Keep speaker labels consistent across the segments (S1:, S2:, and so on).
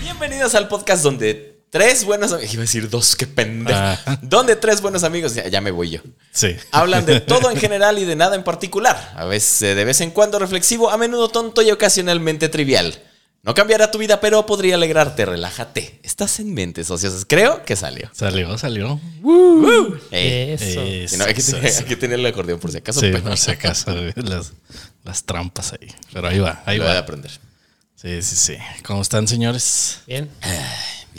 S1: Bienvenidos al podcast donde tres buenos amigos. Iba a decir dos, qué pendejo.
S2: Ah.
S1: Donde tres buenos amigos, ya, ya me voy yo.
S2: Sí.
S1: Hablan de todo en general y de nada en particular. A veces, eh, de vez en cuando reflexivo, a menudo tonto y ocasionalmente trivial. No cambiará tu vida, pero podría alegrarte. Relájate. Estás en mente, socios. Creo que salió.
S2: Salió, salió.
S1: Ey.
S3: Eso.
S2: Eh,
S1: Si no, hay, que
S2: eso,
S1: tener,
S2: eso.
S1: hay que tener el acordeón por si acaso.
S2: Sí,
S1: pero
S2: por si acaso, güey, las, las trampas ahí. Pero ahí va, ahí
S1: lo voy a
S2: va.
S1: aprender.
S2: Sí, sí, sí. ¿Cómo están, señores?
S3: Bien.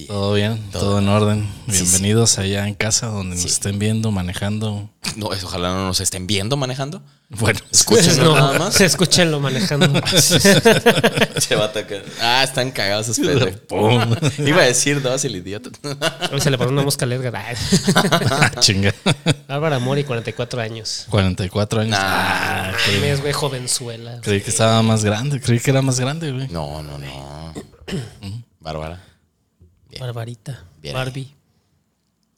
S2: ¿Todo bien? ¿Todo, en orden? Bienvenidos allá en casa donde nos estén viendo, manejando.
S1: No, es- ojalá no nos estén viendo manejando.
S2: Bueno,
S1: Escuchen
S3: No,
S1: nada más.
S3: escúchenlo manejando.
S1: Se va a atacar. Ah, están cagados esos pendejos.
S2: ¡Pum!
S1: Iba a decir, no, es el idiota.
S3: Hoy se le paró una mosca a Edgar. Ay,
S2: Chinga.
S3: Bárbara Mori, 44 años.
S2: 44 años.
S1: Nah.
S2: Ah,
S3: Me
S2: creí,
S3: es güey jovenzuela.
S2: creí que estaba más grande. Creí que era más grande, güey.
S1: No, no, no. Bárbara.
S3: Barbarita.
S1: Bien.
S3: Barbie.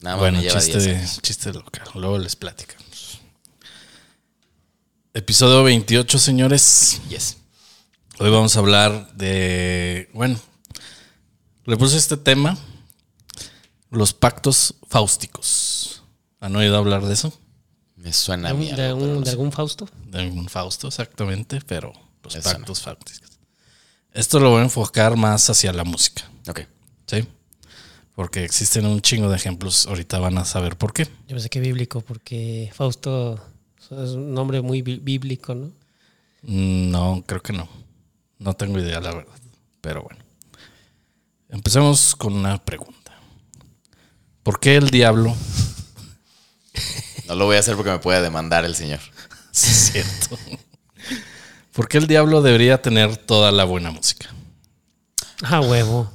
S1: Nada más
S2: Bueno,
S1: me Ah, lleva 10
S2: chiste,
S1: años.
S2: chiste local. Luego les platicamos. Episodio 28, señores.
S1: Yes.
S2: Hoy vamos a hablar de. Bueno, le puse este tema: los pactos fausticos. ¿Han oído hablar de eso?
S1: Me suena
S3: ¿De, un-
S1: bien.
S3: de un- de algún Fausto?
S2: De algún Fausto, exactamente, pero los
S1: Eso no.
S2: pactos fausticos. Esto lo voy a enfocar más hacia la música,
S1: Ok.
S2: ¿sí? Porque existen un chingo de ejemplos. Ahorita van a saber por qué.
S3: Yo pensé que bíblico, porque Fausto es un nombre muy bí- bíblico, ¿no?
S2: Mm, No, creo que no. No tengo idea, la verdad. Pero bueno. Empecemos con una pregunta. ¿Por qué el diablo?
S1: No lo voy a hacer porque me puede demandar el señor.
S2: Sí, es cierto. ¿Por qué el diablo debería tener toda la buena música?
S3: Ah, huevo.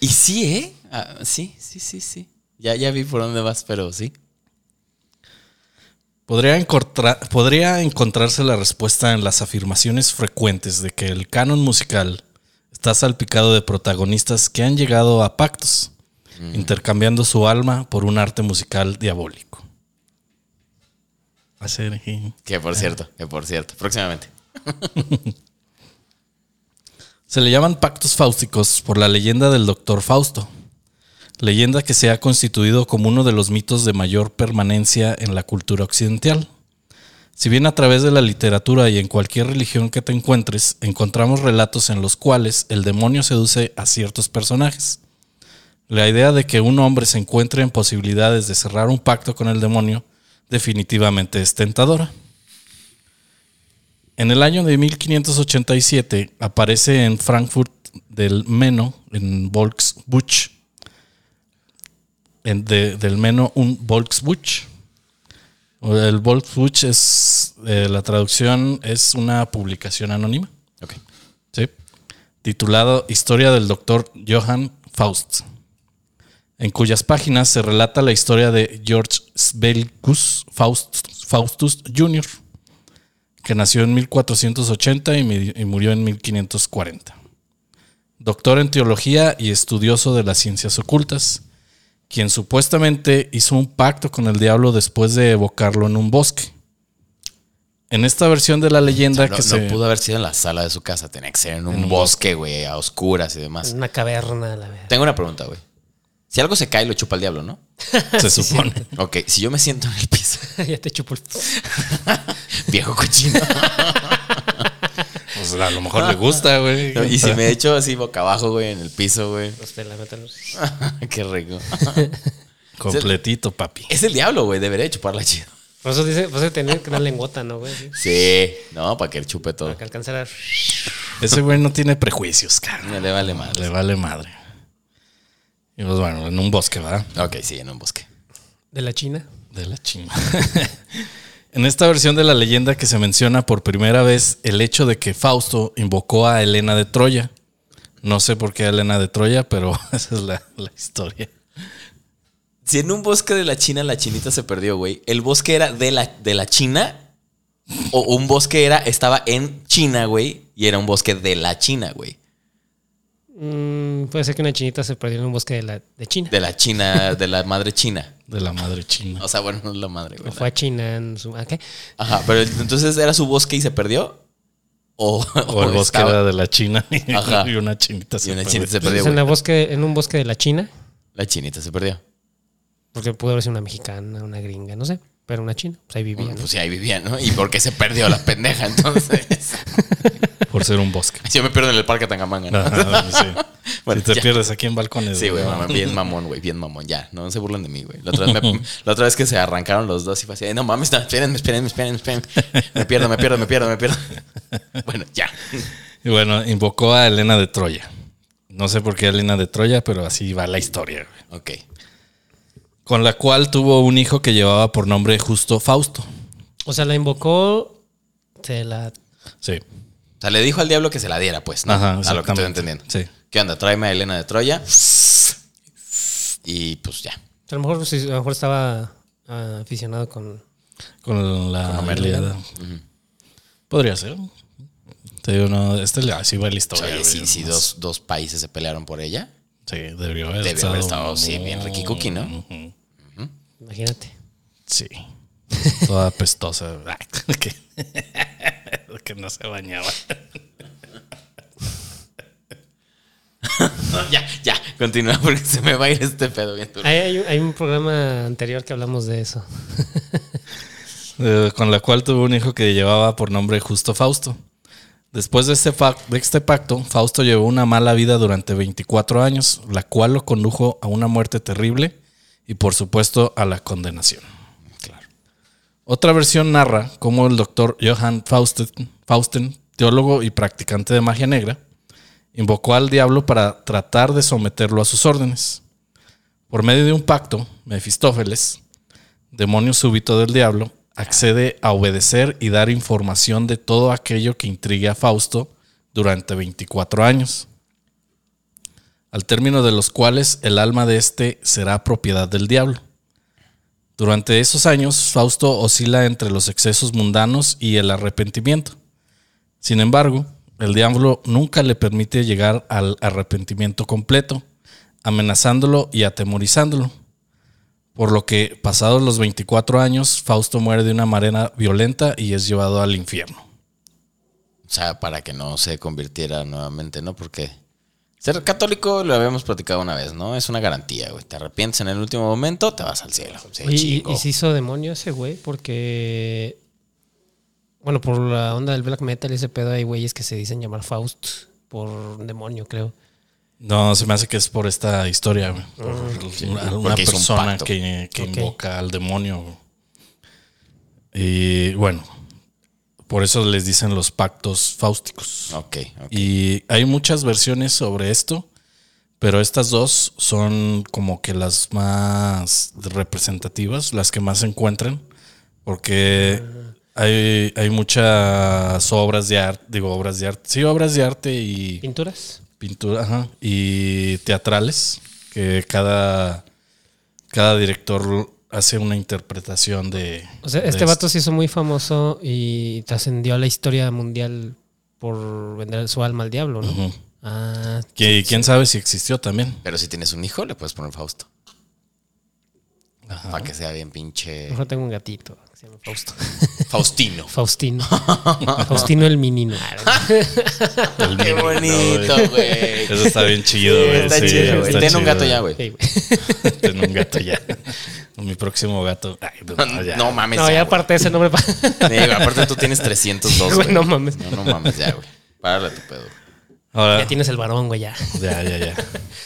S1: Y sí, ¿eh? Ah, sí, sí, sí, sí. Ya, ya vi por dónde vas, pero sí.
S2: Podría, encontra- podría encontrarse la respuesta en las afirmaciones frecuentes de que el canon musical está salpicado de protagonistas que han llegado a pactos, intercambiando su alma por un arte musical diabólico. Hacer aquí.
S1: Que por cierto, que por cierto. Próximamente.
S2: Se le llaman pactos fáusticos por la leyenda del doctor Fausto, leyenda que se ha constituido como uno de los mitos de mayor permanencia en la cultura occidental. Si bien a través de la literatura y en cualquier religión que te encuentres, encontramos relatos en los cuales el demonio seduce a ciertos personajes. La idea de que un hombre se encuentre en posibilidades de cerrar un pacto con el demonio definitivamente es tentadora. En el año de 1587 aparece en Frankfurt del Meno, en Volksbuch, en de- del Meno un Volksbuch. O El Volksbuch es, eh, la traducción es una publicación anónima,
S1: Ok.
S2: ¿sí? titulado Historia del doctor Johann Faust, en cuyas páginas se relata la historia de George Svelgus Faust, Faustus Jr., que nació en 1480 y mi- y murió en 1540. Doctor en teología y estudioso de las ciencias ocultas, quien supuestamente hizo un pacto con el diablo después de evocarlo en un bosque. En esta versión de la leyenda
S1: No, no
S2: que se
S1: pudo haber sido en la sala de su casa. Tenía que ser en un bosque, güey, a oscuras y demás.
S3: En una caverna, la verdad.
S1: Tengo una pregunta, güey. Si algo se cae, lo chupa el diablo, ¿no?
S2: se supone.
S1: Ok, si yo me siento en el piso,
S3: ya te chupo el...
S1: viejo cochino.
S2: Pues a lo mejor le gusta, güey.
S1: No, y si me echo así boca abajo, güey, en el piso, güey.
S3: Los de la neta, los-
S1: Qué rico.
S2: Completito, papi.
S1: Es el diablo, güey. Debería chuparla chido.
S3: Por eso dice, por eso tener que dar lengüota, ¿no, güey? Así,
S1: Sí. No, para que él chupe todo.
S3: Para que alcanzara...
S2: Ese güey no tiene prejuicios, cabrón.
S1: No le vale madre.
S2: Le vale madre. Y pues bueno, en un bosque, ¿verdad?
S1: Ok, sí, en un bosque.
S3: De la China.
S2: De la chinga. en esta versión de la leyenda que se menciona por primera vez el hecho de que Fausto invocó a Elena de Troya. No sé por qué a Elena de Troya, pero esa es la, la historia.
S1: Si en un bosque de la China la chinita se perdió, güey. ¿El bosque era de la, de la China? ¿O un bosque era, estaba en China, güey? Y era un bosque de la China, güey.
S3: Mm, puede ser que una chinita se perdió en un bosque de, la, de China.
S1: De la China, de la madre China.
S2: De la madre china.
S1: O sea, bueno, no es Pues la madre,
S3: O
S1: güey.
S3: fue a China en su... ¿a qué?
S1: Ajá, pero entonces era su bosque y se perdió. o,
S2: O el bosque
S1: Ah, pues, estaba-
S2: era de la China y,
S1: Ajá.
S2: y una chinita.
S1: y
S2: se
S1: una
S2: perdió.
S1: chinita se perdió.
S3: Es en,
S1: güey.
S3: la bosque, en un bosque de la China,
S1: La chinita se perdió.
S3: porque pudo haber sido una mexicana, una gringa, no sé, pero una china, pues ahí vivía. ¿no?
S1: Pues sí, ahí vivía, ¿no? ¿Y por qué se perdió la pendeja entonces?
S2: Por ser un bosque.
S1: Si yo me pierdo en el parque Tangamanga. ¿no?
S2: Ajá, sí.
S1: Bueno,
S2: si te
S1: ya.
S2: pierdes aquí en balcones.
S1: Sí, güey,
S2: ¿no?
S1: mamá, bien mamón, güey, bien mamón, ya. No se burlen de mí, güey. La otra vez, me- la otra vez que se arrancaron los dos y fue así, "Eh, no mames, no, espérenme, espérenme, espérenme, espérenme. Me pierdo, me pierdo, me pierdo, me pierdo. Bueno, ya.
S2: Y bueno, invocó a Elena de Troya. No sé por qué Elena de Troya, pero así va la historia. güey.
S1: Ok.
S2: Con la cual tuvo un hijo que llevaba por nombre justo Fausto.
S3: O sea, la invocó, se la...
S2: Sí.
S1: O sea, le dijo al diablo que se la diera, pues, ¿no?
S2: Ajá,
S1: a lo que estoy
S2: exactamente.
S1: entendiendo.
S2: Sí.
S1: ¿Qué onda? Tráeme a Elena de Troya. Y pues ya.
S3: A lo mejor, sí, a lo mejor estaba ah, aficionado con...
S2: Con la
S1: Con Homero.
S2: Ilíada. Podría ser. Te digo, no, este le- así va la historia.
S1: Oye,
S2: güey,
S1: si, si
S2: no
S1: dos, dos países se pelearon por ella.
S2: Sí, debió haber
S1: Debió haber estado, sí, bien Ricky Cookie, ¿no?
S2: Ujú.
S3: Imagínate.
S2: Sí. Toda apestosa. que, que no se bañaba.
S1: No, ya, ya, continúa porque se me va a ir este pedo bien duro.
S3: Hay, hay un- hay un programa anterior que hablamos de eso.
S2: Eh, con la cual tuvo un hijo que llevaba por nombre Justo Fausto. Después de este, fa- de este pacto, Fausto llevó una mala vida durante 24 años, la cual lo condujo a una muerte terrible y por supuesto a la condenación. Otra versión narra cómo el doctor Johann Fausten, Fausten, teólogo y practicante de magia negra, invocó al diablo para tratar de someterlo a sus órdenes. Por medio de un pacto, Mefistófeles, demonio súbito del diablo, accede a obedecer y dar información de todo aquello que intrigue a Fausto durante 24 años, al término de los cuales el alma de éste será propiedad del diablo. Durante esos años, Fausto oscila entre los excesos mundanos y el arrepentimiento. Sin embargo, el diablo nunca le permite llegar al arrepentimiento completo, amenazándolo y atemorizándolo. Por lo que, pasados los 24 años, Fausto muere de una manera violenta y es llevado al infierno.
S1: O sea, para que no se convirtiera nuevamente, ¿no? Porque ser católico lo habíamos platicado una vez, ¿no? Es una garantía, güey. Te arrepientes en el último momento, te vas al cielo. Sí,
S3: Oye, y,
S1: chingo.
S3: y se hizo demonio ese güey porque. Bueno, por la onda del black metal y ese pedo hay güeyes que se dicen llamar Faust por un demonio, creo.
S2: No, se me hace que es por esta historia, güey. Por una, una
S1: Ah, Porque hizo un
S2: persona
S1: pacto.
S2: que, que
S3: Ok.
S2: invoca al demonio. güey. Y bueno, por eso les dicen los pactos fáusticos.
S1: Ok, ok.
S2: Y hay muchas versiones sobre esto, pero estas dos son como que las más representativas, las que más se encuentran, porque hay, hay muchas obras de arte, digo obras de arte, sí, obras de arte y
S3: ¿Pinturas?
S2: pintura ajá, y teatrales que cada cada director hace una interpretación de
S3: O sea,
S2: de
S3: este vato
S2: esto.
S3: se hizo muy famoso y trascendió a la historia mundial por vender su alma al diablo, ¿no?
S2: Ujú.
S3: Ah,
S2: que quién sabe si existió también
S1: Pero si tienes un hijo, le puedes poner Fausto. Para que sea bien pinche
S3: mejor tengo un gatito que se llama Fausto.
S1: Faustino.
S3: Faustino. Faustino el Ah, menino.
S2: Ah, El
S1: Qué
S2: niño,
S1: bonito,
S2: güey.
S1: güey.
S2: eso está bien chido güey,
S1: Está
S2: sí,
S1: chido, güey.
S2: está
S1: Ten un
S2: chido,
S1: gato ya, güey.
S3: Sí, güey.
S2: ten un gato ya mi próximo gato ay, no, ya.
S1: No mames.
S3: No, Ah, ya
S1: güey.
S3: aparte ese nombre. pa-
S1: Sí, aparte tú tienes 302,
S3: Güey,
S1: güey.
S3: no mames.
S1: No, no mames, ya, güey. Párale tu pedo.
S2: Ahora-
S3: Ya tienes el varón, güey, ya.
S2: ya ya ya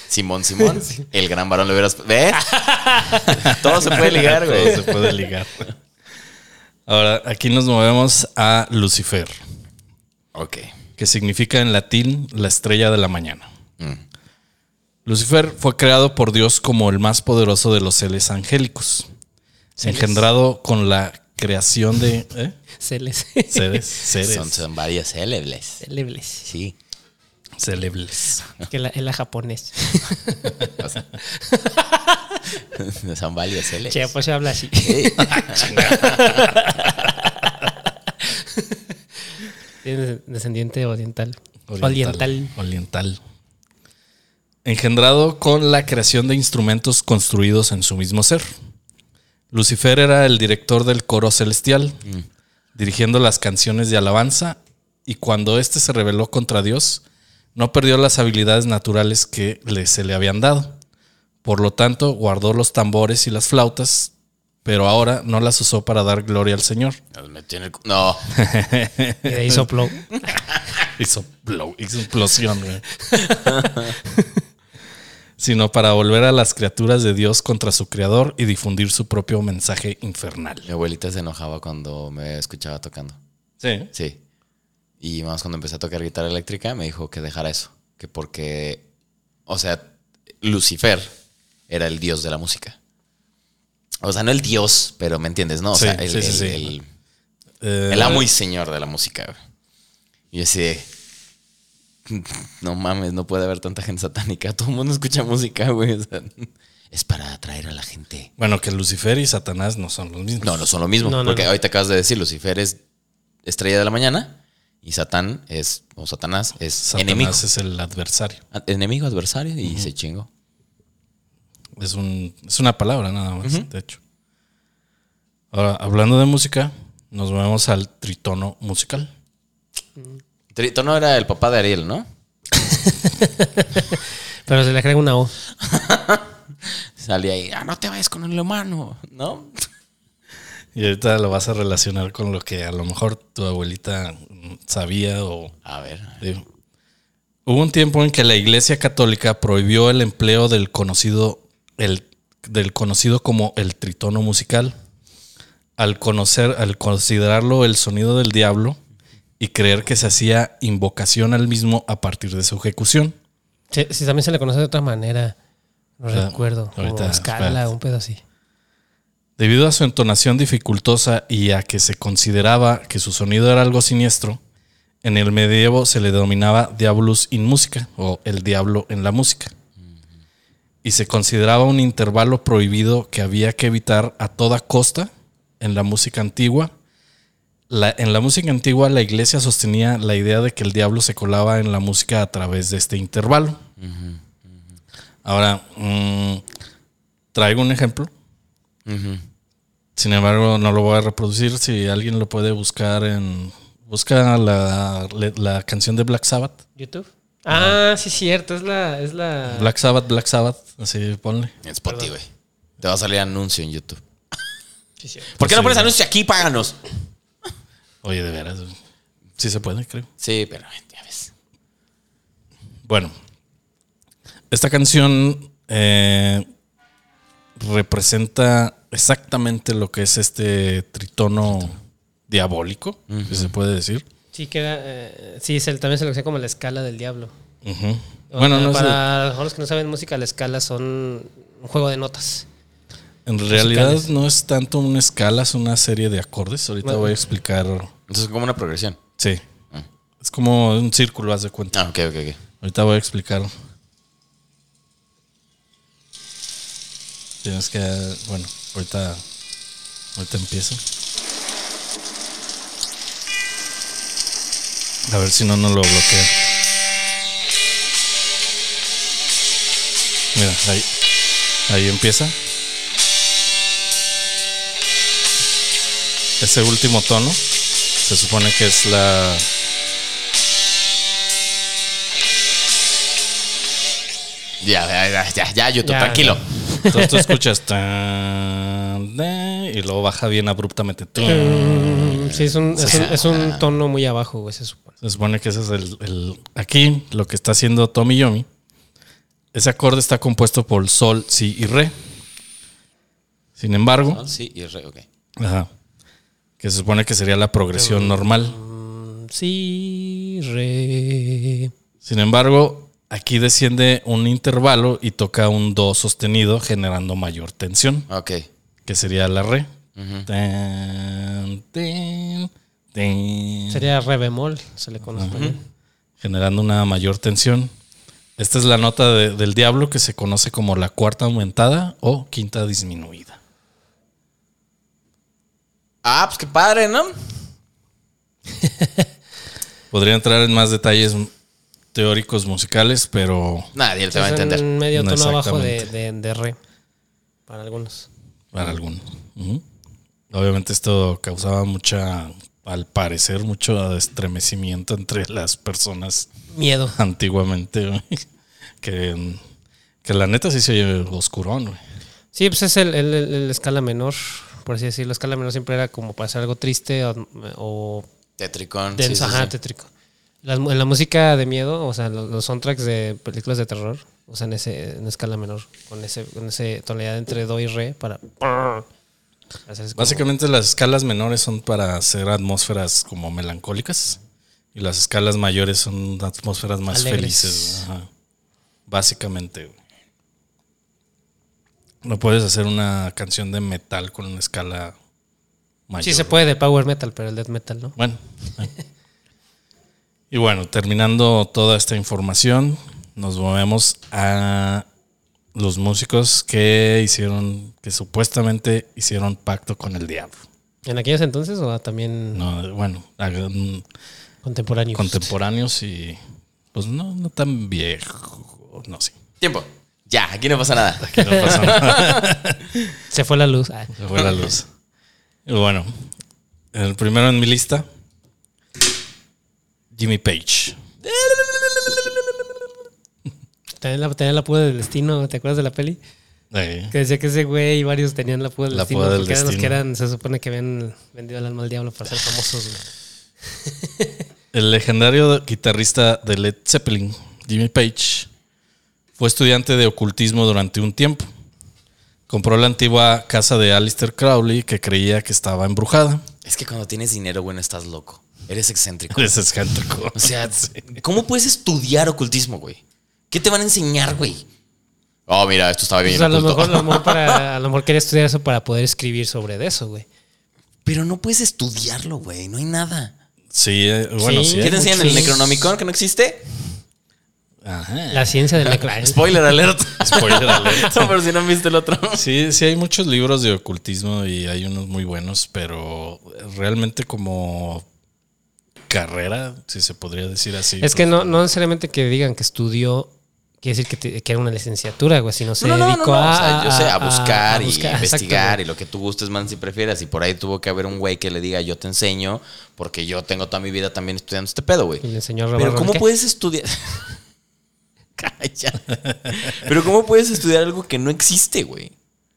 S1: Simón Simón, el gran varón le hubieras. ¿Ves? Todo se puede ligar,
S2: Todo
S1: güey.
S2: se puede ligar ahora aquí nos movemos a Lucifer
S1: Ok.
S2: que significa en latín la estrella de la mañana
S1: Mm.
S2: Lucifer fue creado por Dios como el más poderoso de los seres angélicos, engendrado con la creación de ¿eh?
S3: Celes.
S2: seres, seres
S1: Son, son varios célebres.
S3: Celebles.
S1: Sí.
S2: celebles.
S3: Que la, es la japonés.
S1: Son varios célebres.
S3: Che, pues se habla así. Tiene descendiente oriental. Oriental.
S2: Oriental. Engendrado con la creación de instrumentos construidos en su mismo ser. Lucifer era el director del coro celestial, dirigiendo las canciones de alabanza y cuando éste se rebeló contra Dios, no perdió las habilidades naturales que le- se le habían dado. Por lo tanto, guardó los tambores y las flautas, pero ahora no las usó para dar gloria al Señor.
S1: Nos metió en el cu- No,
S3: Y de ahí sopló.
S2: Hizo, blow, hizo explosión, güey. Sino para volver a las criaturas de Dios contra su creador y difundir su propio mensaje infernal.
S1: mi abuelita se enojaba cuando me escuchaba tocando.
S2: Sí.
S1: Sí. Y más cuando empecé a tocar guitarra eléctrica, me dijo que dejara eso. Que porque, o sea, Lucifer era el dios de la música. O sea, no el dios, pero me entiendes, ¿no? O
S2: Sí,
S1: sea, el,
S2: sí, sí,
S1: el-
S2: sí.
S1: el-
S2: Eh,
S1: el amo y señor de la música. güey. Y yo así de, No mames, no puede haber tanta gente satánica. Todo el mundo escucha música, güey. O sea, es para atraer a la gente.
S2: Bueno, que Lucifer y Satanás no son los mismos.
S1: No, no son lo mismo.
S3: No, no,
S1: porque
S3: no.
S1: ahorita acabas de decir, Lucifer es estrella de la mañana y Satán es, o Satanás es
S2: Satanás
S1: enemigo.
S2: es el adversario.
S1: A- Enemigo adversario y se chingó.
S2: Es, un, es una palabra nada más, de hecho. Ahora, hablando de música, nos vamos al tritono musical.
S1: Tritono era el papá de Ariel, ¿no?
S3: Pero se le agrega una O.
S1: Salía ahí, ah, no te vayas con el humano, ¿no?
S2: Y ahorita lo vas a relacionar con lo que a lo mejor tu abuelita mm, sabía o
S1: A ver.
S2: Sí. Hubo un tiempo en que la Iglesia Católica prohibió el empleo del conocido, el, del conocido como el tritono musical. Al conocer, al considerarlo el sonido del diablo y creer que se hacía invocación al mismo a partir de su ejecución.
S3: Sí, sí, también se le conoce de otra manera. No
S2: O sea,
S3: recuerdo.
S2: ahorita,
S3: Como escala,
S2: espérate.
S3: un pedo así.
S2: Debido a su entonación dificultosa y a que se consideraba que su sonido era algo siniestro, en el medievo se le denominaba Diabolus in Música o el diablo en la música. Y se consideraba un intervalo prohibido que había que evitar a toda costa en la música antigua. La- en la música antigua la iglesia sostenía la idea de que el diablo se colaba en la música a través de este intervalo. Ahora, mm, traigo un ejemplo.
S1: Ujú.
S2: Sin embargo, no lo voy a reproducir. Si alguien lo puede buscar en. Busca la, le- la canción de Black Sabbath.
S3: ¿YouTube? Ah, sí, cierto. Es la. Es la...
S2: Black Sabbath, Black Sabbath. Así ponle.
S1: En Spotify, güey. Te va a salir anuncio en YouTube.
S3: Sí, cierto.
S1: ¿Por qué no
S2: Sí,
S1: pones
S2: güey.
S1: anuncio aquí? Páganos.
S2: Oye, de veras. Sí se puede, creo.
S1: Sí, pero ya ves.
S2: Bueno. Esta canción eh, representa exactamente lo que es este tritono diabólico, si se puede decir.
S3: Sí, queda. eh, sí, se- también se le conoce como la escala del diablo.
S2: Ujú.
S3: O
S2: Bueno,
S3: sea,
S2: no sé.
S3: para los que no saben música, la escala son un juego de notas.
S2: En realidad
S3: musicales.
S2: no es tanto una escala, es una serie de acordes. Ahorita
S3: Bueno.
S2: voy a explicar.
S1: Entonces, como una progresión.
S2: Sí. Es como un círculo, haz de cuenta.
S1: Ah, ok, ok, ok.
S2: Ahorita voy a explicar. Tienes que. Bueno, ahorita. Ahorita empiezo. A ver si no, no lo bloquea. Mira, ahí. Ahí empieza. Ese último tono se supone que es la.
S1: Ya, ya, ya, ya, ya, YouTube,
S3: Ya,
S1: tranquilo.
S2: Entonces tú escuchas tan, tan, y luego baja bien abruptamente. Tan.
S3: Sí, es un, es un, es un tono muy abajo, güey, se supone.
S2: Se supone que ese es el, el- Aquí lo que está haciendo Tommy Yomi. Ese acorde está compuesto por sol, si y re. Sin embargo,
S1: Sol, sí, y re, ok.
S2: ajá, que se supone que sería la progresión normal.
S3: Sí, re.
S2: Sin embargo, aquí desciende un intervalo y toca un do sostenido generando mayor tensión,
S1: Ok.
S2: que sería la re.
S1: Ujú.
S2: Tan, tin, tin.
S3: Sería re bemol, se le conoce también.
S2: generando una mayor tensión. Esta es la nota de- del diablo que se conoce como la cuarta aumentada o quinta disminuida.
S1: Ah, pues qué padre, ¿no?
S2: Podría entrar en más detalles m- teóricos musicales, pero
S1: Nadie te va a
S3: Es
S1: entender.
S3: un medio
S2: No,
S3: tono abajo de,
S2: exactamente.
S3: de- de re. Para algunos.
S2: para algunos. Ujú. Obviamente esto causaba mucha al parecer, mucho estremecimiento entre las personas
S3: Miedo.
S2: antiguamente, güey. Que, que la neta sí se oye oscurón, güey.
S3: Sí, pues es el, el- el- el escala menor, por así decirlo. La escala menor siempre era como para hacer algo triste o, o
S1: Tetricón. sí,
S3: denso,
S1: sí,
S3: ajá,
S1: sí.
S3: tétrico. Las mu- la música de miedo, o sea, lo- los, soundtracks de películas de terror usan ese en escala menor, con ese, con ese tonalidad entre do y re para hacer como-
S2: Básicamente las escalas menores son para hacer atmósferas como melancólicas y las escalas mayores son atmósferas más
S3: Alegres.
S2: felices. güey. Ajá. Básicamente. güey. No puedes hacer una canción de metal con una escala mayor.
S3: Sí, se puede de power metal, pero el death metal, ¿no?
S2: Bueno. eh. y bueno, terminando toda esta información, nos movemos a los músicos que hicieron, que supuestamente hicieron pacto con el diablo.
S3: ¿En aquellos entonces o también
S2: No, bueno, hagan
S3: contemporáneos?
S2: contemporáneos y pues no, no tan viejo, no sé.
S1: Tiempo. Ya, aquí no pasa nada.
S2: Que no pasa nada,
S3: se fue la luz. Ah.
S2: se fue la luz. Y bueno, el primero en mi lista, Jimmy Page.
S3: También la, tenía la púa del destino, ¿te acuerdas de la peli?
S2: Eh,
S3: Que decía que ese güey y varios tenían la púa del
S2: La
S3: destino.
S2: púa del
S3: porque eran los que
S2: destino.
S3: eran, se supone que habían vendido el alma al diablo para ser famosos, güey.
S2: El legendario guitarrista de Led Zeppelin, Jimmy Page, fue estudiante de ocultismo durante un tiempo. Compró la antigua casa de Alistair Crowley que creía que estaba embrujada.
S1: Es que cuando tienes dinero, bueno, estás loco. Eres excéntrico.
S2: Es excéntrico.
S1: O sea, ¿cómo puedes estudiar ocultismo, güey? ¿Qué te van a enseñar, güey? Oh, mira, esto estaba bien.
S3: Pues a lo
S1: oculto.
S3: mejor, a lo mejor para, a lo mejor quería estudiar eso para poder escribir sobre de eso, güey.
S1: Pero no puedes estudiarlo, güey. No hay nada.
S2: Sí, eh, bueno,
S3: Sí.
S2: sí.
S1: ¿Qué
S2: hay
S1: te enseñan en el
S3: muchos-
S1: Necronomicon que no existe?
S2: Ajá.
S3: La ciencia del necla.
S1: Spoiler alert.
S2: Spoiler alert.
S1: Pero si no viste el otro.
S2: Sí, sí hay muchos libros de ocultismo y hay unos muy buenos, pero realmente como carrera, si se podría decir así.
S3: Es que no, no necesariamente que digan que estudió, quiere decir que, te- que era una licenciatura, güey, sino se
S1: no, no, no,
S3: dedicó
S1: no,
S3: a,
S1: o sea, yo sé, a buscar y
S3: buscar, exacto,
S1: investigar
S3: güey.
S1: y lo que tú gustes, man, si prefieras. Y por ahí tuvo que haber un güey que le diga, yo te enseño, porque yo tengo toda mi vida también estudiando este pedo, güey.
S3: Y le enseñó a robar
S1: Pero ¿cómo
S3: ¿qué?
S1: puedes estudiar? Calla. Pero ¿cómo puedes estudiar algo que no existe, güey?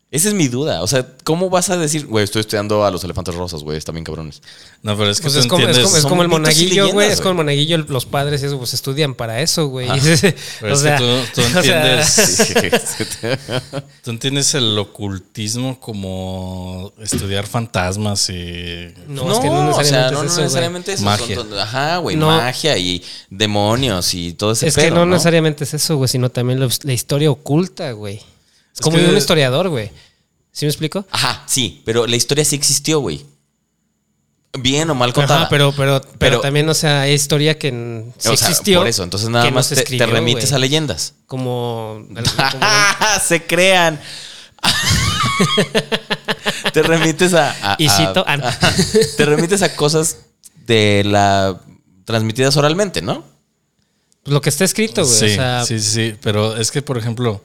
S1: Esa es mi duda. O sea, ¿cómo vas a decir, güey, estoy estudiando a los elefantes rosas, güey? Están bien cabrones.
S2: No, pero es que
S3: Pues
S2: tú
S3: es como, es
S2: entiendes.
S3: como- es
S1: son
S3: como el
S1: mitos y
S3: monaguillo, güey.
S1: leyendas,
S3: Es como el monaguillo, el- los padres y eso, pues estudian para eso, güey. o
S2: Pero es
S3: sea,
S2: que tú, tú
S3: o sea,
S2: entiendes, tú entiendes el ocultismo como estudiar fantasmas y
S3: no,
S1: No,
S3: es que no
S1: o
S3: necesariamente
S1: sea,
S3: es
S1: no, no
S3: eso, güey.
S1: necesariamente eso.
S2: Magia.
S1: Son todo- ajá, güey,
S3: No.
S1: magia y demonios y todo ese
S3: Es
S1: pedo,
S3: que no, necesariamente es eso, güey, sino también la, la historia oculta, güey. Es como
S2: que-
S3: de un historiador, güey. ¿Sí me explico?
S1: Ajá, sí, pero la historia sí existió, güey. Bien o mal contada.
S3: Ajá, pero, pero, pero,
S1: Pero-
S3: también, o sea, hay historia que n- sí
S1: O sea,
S3: existió.
S1: Por eso, entonces nada
S3: que no
S1: más
S3: se
S1: te, te
S3: escribió,
S1: remites
S3: güey.
S1: a leyendas.
S3: Como.
S1: se crean. te remites a, a-
S3: Y
S1: a-
S3: cito- ah, no.
S1: a- te remites a cosas de la transmitidas oralmente, ¿no?
S3: lo que está escrito, güey.
S2: sí,
S3: o sea,
S2: sí, sí, sí, pero es que, por ejemplo,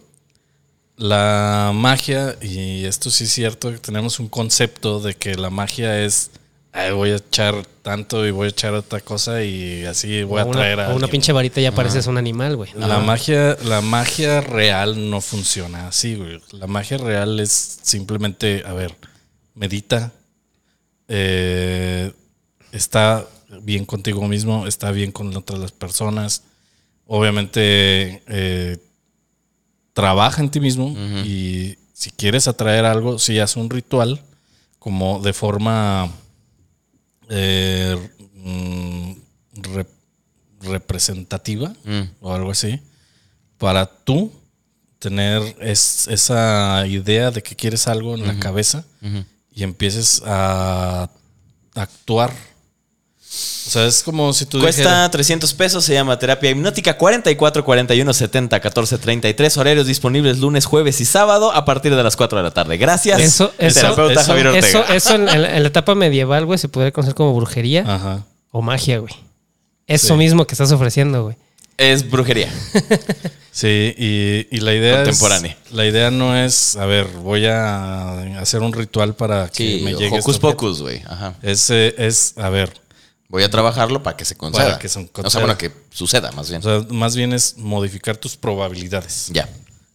S2: la magia, y esto sí es cierto, que tenemos un concepto de que la magia es, "Ay, voy a echar tanto y voy a echar otra cosa y así voy
S3: o
S2: a traer
S3: una,
S2: a
S3: o una
S2: alguien".
S3: pinche varita ya pareces un animal, güey.
S2: La magia, la magia real no funciona así, güey. La magia real es simplemente, a ver, medita, eh, está bien contigo mismo, está bien con otras las personas. Obviamente, eh, trabaja en ti mismo y si quieres atraer algo, si haz un ritual como de forma eh, mm, rep- representativa
S1: Mm.
S2: o algo así, para tú tener es- esa idea de que quieres algo en la cabeza y empieces a actuar. O sea, es como si tú dijeras-
S1: Cuesta 300 pesos, se llama terapia hipnótica 44 41 70 14 33 horarios disponibles lunes, jueves y sábado a partir de las 4 de la tarde. Gracias.
S3: Eso-
S1: el
S3: eso-
S1: terapeuta
S2: eso-
S1: Javier Ortega.
S3: Eso, eso en, en la- en la etapa medieval, güey, se podría conocer como brujería
S1: Ah.
S2: Ajá.
S3: o magia, güey. Eso
S2: Sí.
S3: mismo que estás ofreciendo, güey.
S1: Es brujería.
S2: Sí, y, y la idea es-
S1: Contemporánea.
S2: la idea no es, a ver, voy a hacer un ritual para que
S1: Sí,
S2: me llegue
S1: hocus
S2: esto.
S1: pocus, güey. Ajá.
S2: Es, eh, es, a ver,
S1: Voy a trabajarlo para que se conceda.
S2: que se
S1: O sea,
S2: conceda.
S1: bueno, que suceda más bien.
S2: o sea, más bien es modificar tus probabilidades.
S1: ya.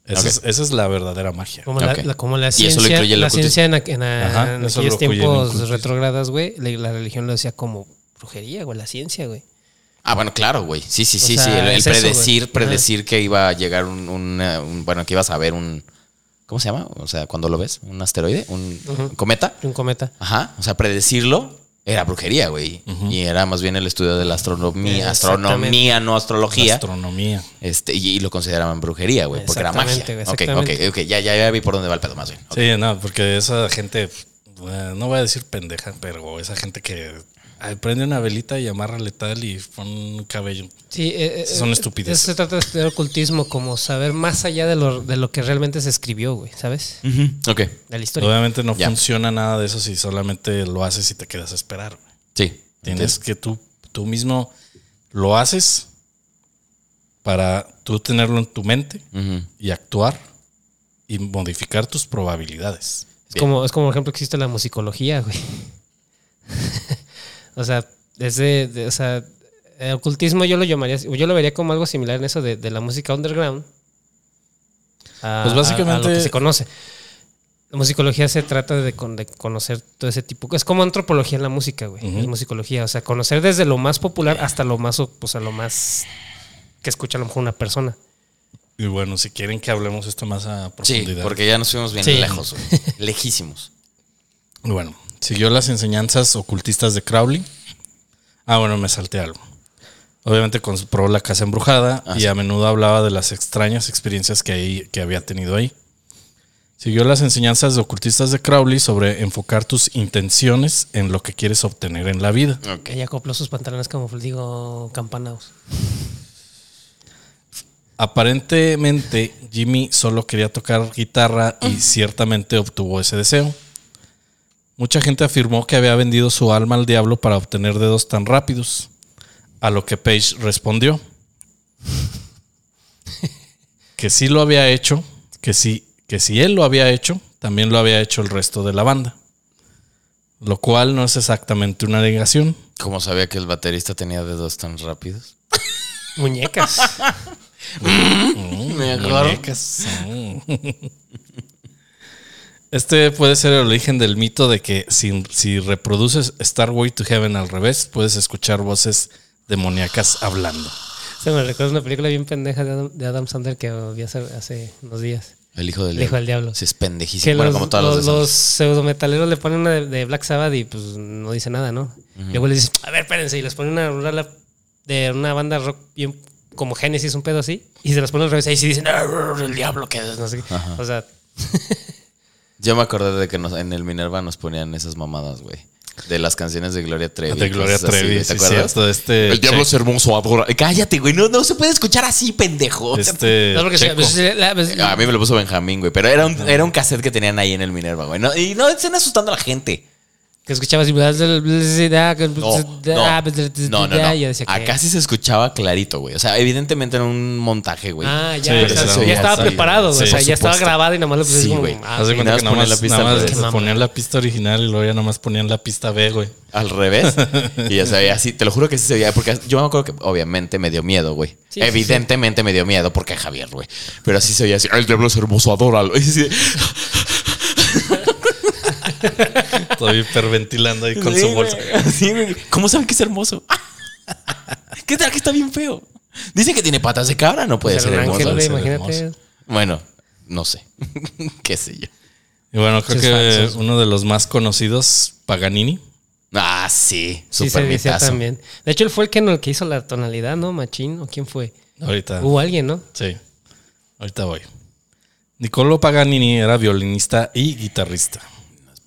S2: Esa,
S1: Ok.
S2: es, esa es la verdadera magia.
S3: Como, la-
S1: Ok.
S3: la, como la
S1: Y eso lo
S3: ciencia,
S1: incluye el
S3: la
S1: ocultismo.
S3: ciencia en, aqu- en a-
S2: Ajá,
S3: en
S2: eso lo
S3: aquellos
S2: incluye el
S3: tiempos
S2: ocultismo.
S3: retrógradas, güey, la, la religión lo decía como brujería, güey, la ciencia, güey.
S1: Ah, bueno, claro, güey. Sí, sí,
S3: O
S1: sí,
S3: sea,
S1: sí. El, el
S3: es eso,
S1: predecir,
S3: güey.
S1: predecir que iba a llegar un, un, eh, un- bueno, que ibas a ver un, ¿cómo se llama? O sea, cuando lo ves, un asteroide, un un cometa.
S3: Un cometa.
S1: Ajá. O sea, predecirlo era brujería, güey. Y era más bien el estudio de la astronomía,
S3: Eh, Exactamente.
S1: astronomía, no astrología.
S2: Astronomía.
S1: este, y, y lo consideraban brujería, güey, porque era magia.
S3: Exactamente, güey,
S1: Ok,
S3: exactamente.
S1: ok, ok, ya, ya, ya vi por dónde va el pedo más bien. Ok.
S2: Sí, no, porque esa gente, eh, no voy a decir pendeja, pero esa gente que eh, prende una velita y amárrale tal y pon un cabello.
S3: Sí, eh, eh,
S2: Son
S3: eh,
S2: estupideces.
S3: eso Se trata de estudiar ocultismo como saber más allá de lo, de lo que realmente se escribió, güey, ¿sabes?
S1: Ujú, ok,
S3: De la historia.
S2: Obviamente no
S1: Ya.
S2: funciona nada de eso si solamente lo haces y te quedas a esperar. güey.
S1: sí.
S2: Tienes que tú, tú mismo lo haces para tú tenerlo en tu mente
S1: Ujú.
S2: y actuar y modificar tus probabilidades.
S3: Es como, es como, por ejemplo, existe la musicología, güey. o sea, es de, de- o sea, el ocultismo yo lo llamaría, yo lo vería como algo similar en eso de, de la música underground. a-
S2: Pues básicamente-
S3: a- a lo que se conoce. La musicología se trata de, con- de conocer todo ese tipo. Es como antropología en la música, güey.
S2: Ujú.
S3: Es musicología. O sea, conocer desde lo más popular hasta lo más, o o sea, lo más que escucha a lo mejor una persona.
S2: Y bueno, si quieren que hablemos esto más a profundidad.
S1: Sí, porque ya nos fuimos bien
S3: Sí.
S1: lejos, güey. lejísimos.
S2: Bueno, siguió las enseñanzas ocultistas de Crowley. Ah, bueno, me salté algo. Obviamente compró la casa embrujada
S1: Ah,
S2: y
S1: sí.
S2: a menudo hablaba de las extrañas experiencias que, ahí- que había tenido ahí. Siguió las enseñanzas de ocultistas de Crowley sobre enfocar tus intenciones en lo que quieres obtener en la vida.
S1: Ok.
S3: Ella acopló sus pantalones como digo campanados.
S2: Aparentemente, Jimmy solo quería tocar guitarra y ciertamente obtuvo ese deseo. Mucha gente afirmó que había vendido su alma al diablo para obtener dedos tan rápidos, a lo que Page respondió que sí lo había hecho, que sí, que si él lo había hecho, también lo había hecho el resto de la banda. Lo cual no es exactamente una negación.
S1: ¿Cómo sabía que el baterista tenía dedos tan rápidos?
S3: Muñecas. Mm,
S1: Me acuerdo.
S2: Este puede ser el origen del mito de que si, si reproduces Star Way to Heaven al revés, puedes escuchar voces demoníacas hablando.
S3: Se me recuerda una película bien pendeja de Adam, de Adam Sandler que vi hace, hace unos días.
S1: El hijo del
S3: El hijo del diablo.
S1: Sí, es
S3: que
S1: pendejísimo. Bueno,
S3: los,
S1: como todas las
S3: los,
S1: de
S3: los pseudometaleros le ponen una de, de Black Sabbath y pues no dice nada, ¿no? Luego le dicen, a ver, espérense, y les ponen una rola de una banda rock bien como Genesis, un pedo así, y se los ponen al revés ahí sí dicen, "Arr, el diablo que es, no sé qué. O sea,
S1: Yo me acordé de que nos- en el Minerva nos ponían esas mamadas, güey. De las canciones de Gloria Trevi.
S2: De Gloria
S1: cosas así,
S2: Trevi,
S1: güey,
S2: sí, cierto, de este
S1: el diablo
S2: Che-
S1: es hermoso, adora. Cállate, güey. No, no se puede escuchar así, pendejo.
S2: Este
S3: no porque sea-
S2: Checo.
S3: pues, la- pues,
S1: A mí me lo puso Benjamín, güey. Pero era un, era un cassette que tenían ahí en el Minerva, güey. No, y no estén asustando a la gente.
S3: que escuchabas y no,
S2: Pues,
S1: No,
S2: ah,
S1: no, no, no, no. Acá sí se escuchaba clarito, güey. O sea, evidentemente era un montaje, güey.
S3: Ah, ya,
S2: Sí,
S3: o sea,
S2: claro,
S3: ya
S2: sí,
S3: estaba
S2: sí.
S3: preparado,
S2: Sí,
S3: o sea,
S2: por
S3: ya estaba
S1: supuesto.
S3: grabado y nomás lo pusiste
S1: Sí,
S3: como,
S1: güey.
S3: ah,
S2: Haz de
S1: sí,
S2: cuenta
S1: nada
S2: que
S1: más
S2: nada
S1: ponían la
S2: más,
S1: pista
S2: nada
S1: al
S2: más
S1: revés.
S2: ponían la pista original y luego ya nada más ponían la pista B, güey.
S1: Al revés. y ya se veía así. Te lo juro que sí se veía. Porque yo me acuerdo que obviamente me dio miedo, güey.
S3: Sí, sí,
S1: Evidentemente me dio miedo porque Javier, güey. Pero así se veía así. El diablo es hermoso, adóralo. Y así de-
S2: Estoy hiperventilando ahí con
S1: Sí,
S2: su
S1: güey.
S2: bolsa.
S1: Sí, güey. ¿Cómo saben que es hermoso? ¿Qué tal que está bien feo? Dice que tiene patas de cabra, no puede
S3: Era
S1: ser
S3: un
S1: hermoso.
S3: Pues ángel,
S2: debe
S3: güey,
S2: ser
S3: imagínate.
S2: hermoso.
S1: Bueno, no sé. ¿Qué sé yo?
S2: Y bueno, creo
S3: Muchos
S2: que
S3: falsos.
S2: uno de los más conocidos, Paganini.
S1: Ah, sí.
S3: Sí,
S1: Super
S3: se decía
S1: mitazo.
S3: también. De hecho, él fue el que, el que hizo la tonalidad, ¿no? Machín, ¿o quién fue?
S1: Ah.
S2: Ahorita.
S3: Hubo alguien, ¿no?
S2: Sí. Ahorita voy. Niccolo Paganini era violinista y guitarrista.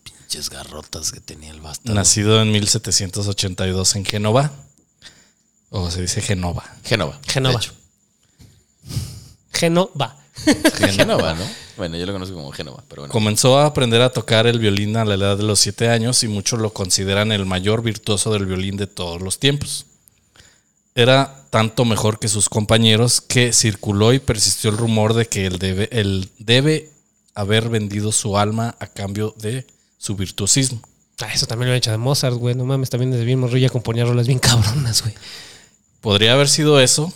S1: Pinches garrotas que tenía el bastardo.
S2: Nacido en 1782 en Génova. O se dice Genova.
S1: Génova. de
S3: Genova.
S1: hecho.
S3: Genova.
S1: Génova, ¿no? Bueno, yo lo conozco como Génova, pero bueno.
S2: Comenzó a aprender a tocar el violín a la edad de los 7 años y muchos lo consideran el mayor virtuoso del violín de todos los tiempos. Era tanto mejor que sus compañeros que circuló y persistió el rumor de que él debe, él debe haber vendido su alma a cambio de su virtuosismo.
S3: Ah, eso también lo he hecho de Mozart, güey. No mames, también desde bien morrilla componía rolas bien cabronas, güey.
S2: Podría haber sido eso,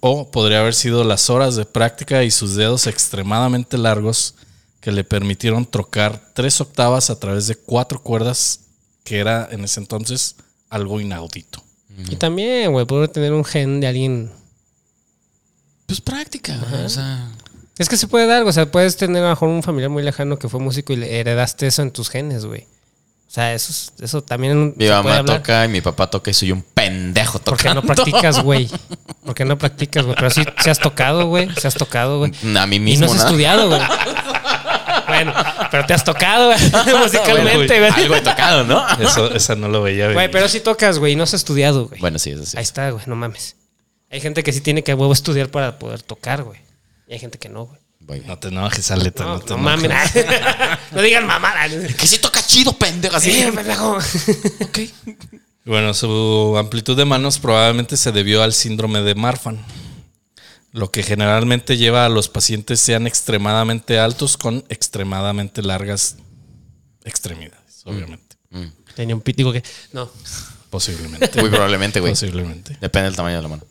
S2: o podría haber sido las horas de práctica y sus dedos extremadamente largos que le permitieron trocar tres octavas a través de cuatro cuerdas, que era en ese entonces algo inaudito.
S1: Mm.
S3: Y también, güey, poder tener un gen de alguien.
S1: Pues práctica. O sea,
S3: Es que se puede dar, o sea, puedes tener a lo mejor un familiar muy lejano que fue músico y le heredaste eso en tus genes, güey. O sea, eso, es- eso también
S1: mi
S3: se puede
S1: mamá
S3: hablar.
S1: toca y mi papá toca y soy un pendejo
S3: Porque
S1: tocando.
S3: no practicas, güey. Porque no practicas, güey. Pero sí, se has tocado, güey. Se has tocado, güey.
S1: A mí
S3: Y no
S1: mismo.
S3: has
S1: nada.
S3: estudiado, güey. Bueno, pero te has tocado, güey. Musicalmente, güey.
S1: Algo he tocado, ¿no?
S2: Eso, esa no lo veía
S3: Güey,
S2: venir.
S3: pero sí tocas, güey. y No has estudiado, güey.
S1: Bueno, sí, eso sí.
S3: Ahí está, güey. No mames. Hay gente que sí tiene que a huevo estudiar para poder tocar, güey. Y hay gente que no, güey.
S1: Voy bien.
S2: No te enojes, Aleta.
S3: No,
S2: No,
S3: no,
S2: te enojes.
S3: mames. no digan mamada.
S1: Que sí toca chido, pendejo. Así.
S3: Sí, pendejo.
S1: ok.
S2: Bueno, su amplitud de manos probablemente se debió al síndrome de Marfan, lo que generalmente lleva a los pacientes sean extremadamente altos con extremadamente largas extremidades,
S3: Mm.
S2: obviamente.
S3: Tenía un pitigo que. No.
S2: Posiblemente.
S1: Muy probablemente, güey.
S2: Posiblemente.
S1: Depende del tamaño de la mano.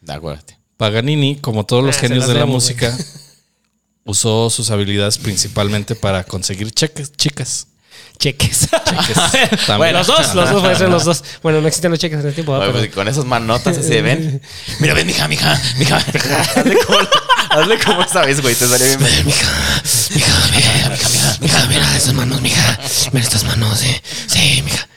S1: De acuérdate.
S2: Paganini, como todos los
S3: Ah, se
S2: genios
S3: las
S2: de la
S3: debo, güey.
S2: música, usó sus habilidades principalmente para conseguir cheques, chicas.
S3: Cheques.
S2: Cheques. También.
S3: Bueno, los dos, los dos, puede ser los dos. Bueno, no existen los cheques en el tiempo, ¿verdad?
S1: Oye,
S3: pero.
S1: pues, y con esas manotas así de ven. Mira, ven, mija, mija, mija. Hazle como, hazle como esa vez, güey. Te salió bien.
S4: Mija, mija, mija, mija, mija, mira esas manos, mija. Mira estas manos, eh. Sí, mija.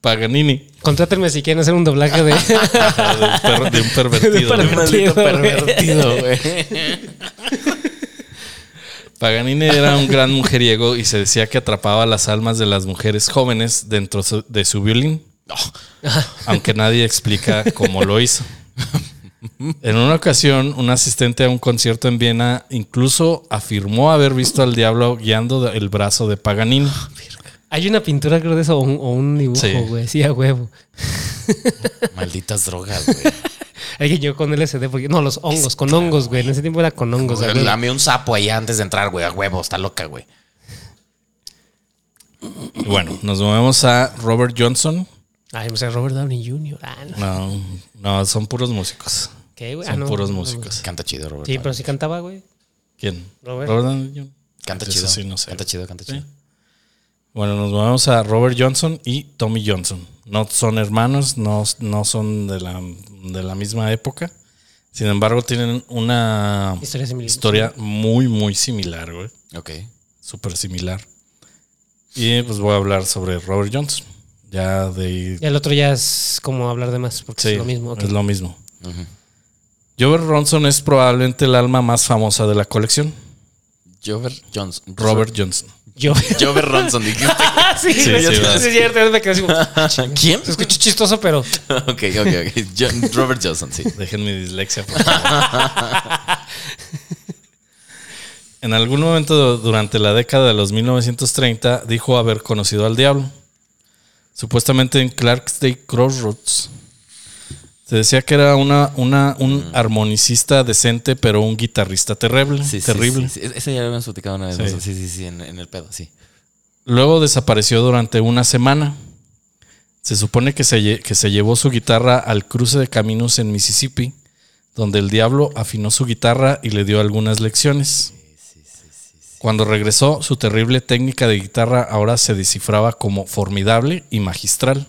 S2: Paganini,
S3: Contrátenme si quieren hacer un doblaje
S2: de
S3: de.
S2: un, per- de un pervertido.
S3: De un
S2: güey.
S1: Maldito
S3: güey.
S1: pervertido, güey.
S2: Paganini era un gran mujeriego y se decía que atrapaba las almas de las mujeres jóvenes dentro su- de su violín. Aunque nadie explica cómo lo hizo. En una ocasión, un asistente a un concierto en Viena incluso afirmó haber visto al diablo guiando de- el brazo de Paganini.
S3: Hay una pintura, creo, de eso, o un, o un
S2: Sí.
S3: dibujo, güey. Sí. a huevo.
S1: Malditas drogas, güey.
S3: Alguien llegó con LSD, porque. No, los hongos, con hongos, güey. En ese tiempo era con hongos, güey.
S1: Lame un sapo ahí antes de entrar, güey. A huevo, está loca, güey.
S2: Y Bueno, nos movemos a Robert Johnson.
S3: Ay, no sé, Robert Downey Jr. Ah, no.
S2: No, no, son puros músicos.
S3: ¿Qué, güey? Ah,
S2: Son
S3: no.
S2: puros músicos.
S1: Canta chido, Robert.
S3: Sí, pero sí cantaba, güey.
S2: ¿Quién?
S3: Robert.
S2: Downey Jr.
S1: Canta
S2: Eso
S1: chido.
S2: sí, no sé.
S1: Canta chido, canta chido.
S2: Bueno, nos vamos a Robert Johnson y Tommy Johnson. No son hermanos, no, no son de la, de la misma época. Sin embargo, tienen una
S3: Historia similar.
S2: historia muy, muy similar, güey.
S1: Ok.
S2: Súper similar. Y pues voy a hablar sobre Robert Johnson. Ya de ahí
S3: Y el otro ya es como hablar de más, porque
S2: Sí,
S3: es lo mismo. ok.
S2: es lo mismo. Robert Johnson es probablemente el alma más famosa de la colección.
S1: Jover Johnson.
S2: Robert Johnson.
S3: Yo.
S1: Jover Ronson, dijiste.
S3: Ah, sí,
S2: Sí,
S3: güey,
S2: sí,
S3: yo-
S2: va.
S3: sí, es cierto. yo Me quedé así como,
S1: ¿Quién?
S3: se escuchó chistoso, pero.
S1: ok, ok, ok. John- Robert Johnson, sí.
S2: Dejen mi dislexia, por favor. en algún momento du- durante la década de los 1930 dijo haber conocido al diablo. Supuestamente en Clark's Day Crossroads. Se decía que era una, una-
S1: Mm.
S2: un armonicista decente, pero un guitarrista terrible.
S1: Sí, sí,
S2: terrible.
S1: sí, sí. Ese ya lo habíamos platicado una vez.
S2: Sí.
S1: ¿no? Sí, sí, sí, en, en el pedo, sí.
S2: Luego desapareció durante una semana. Se supone que se, lle- que se llevó su guitarra al cruce de caminos en Mississippi, donde el diablo afinó su guitarra y le dio algunas lecciones. Cuando regresó, su terrible técnica de guitarra ahora se descifraba como formidable y magistral.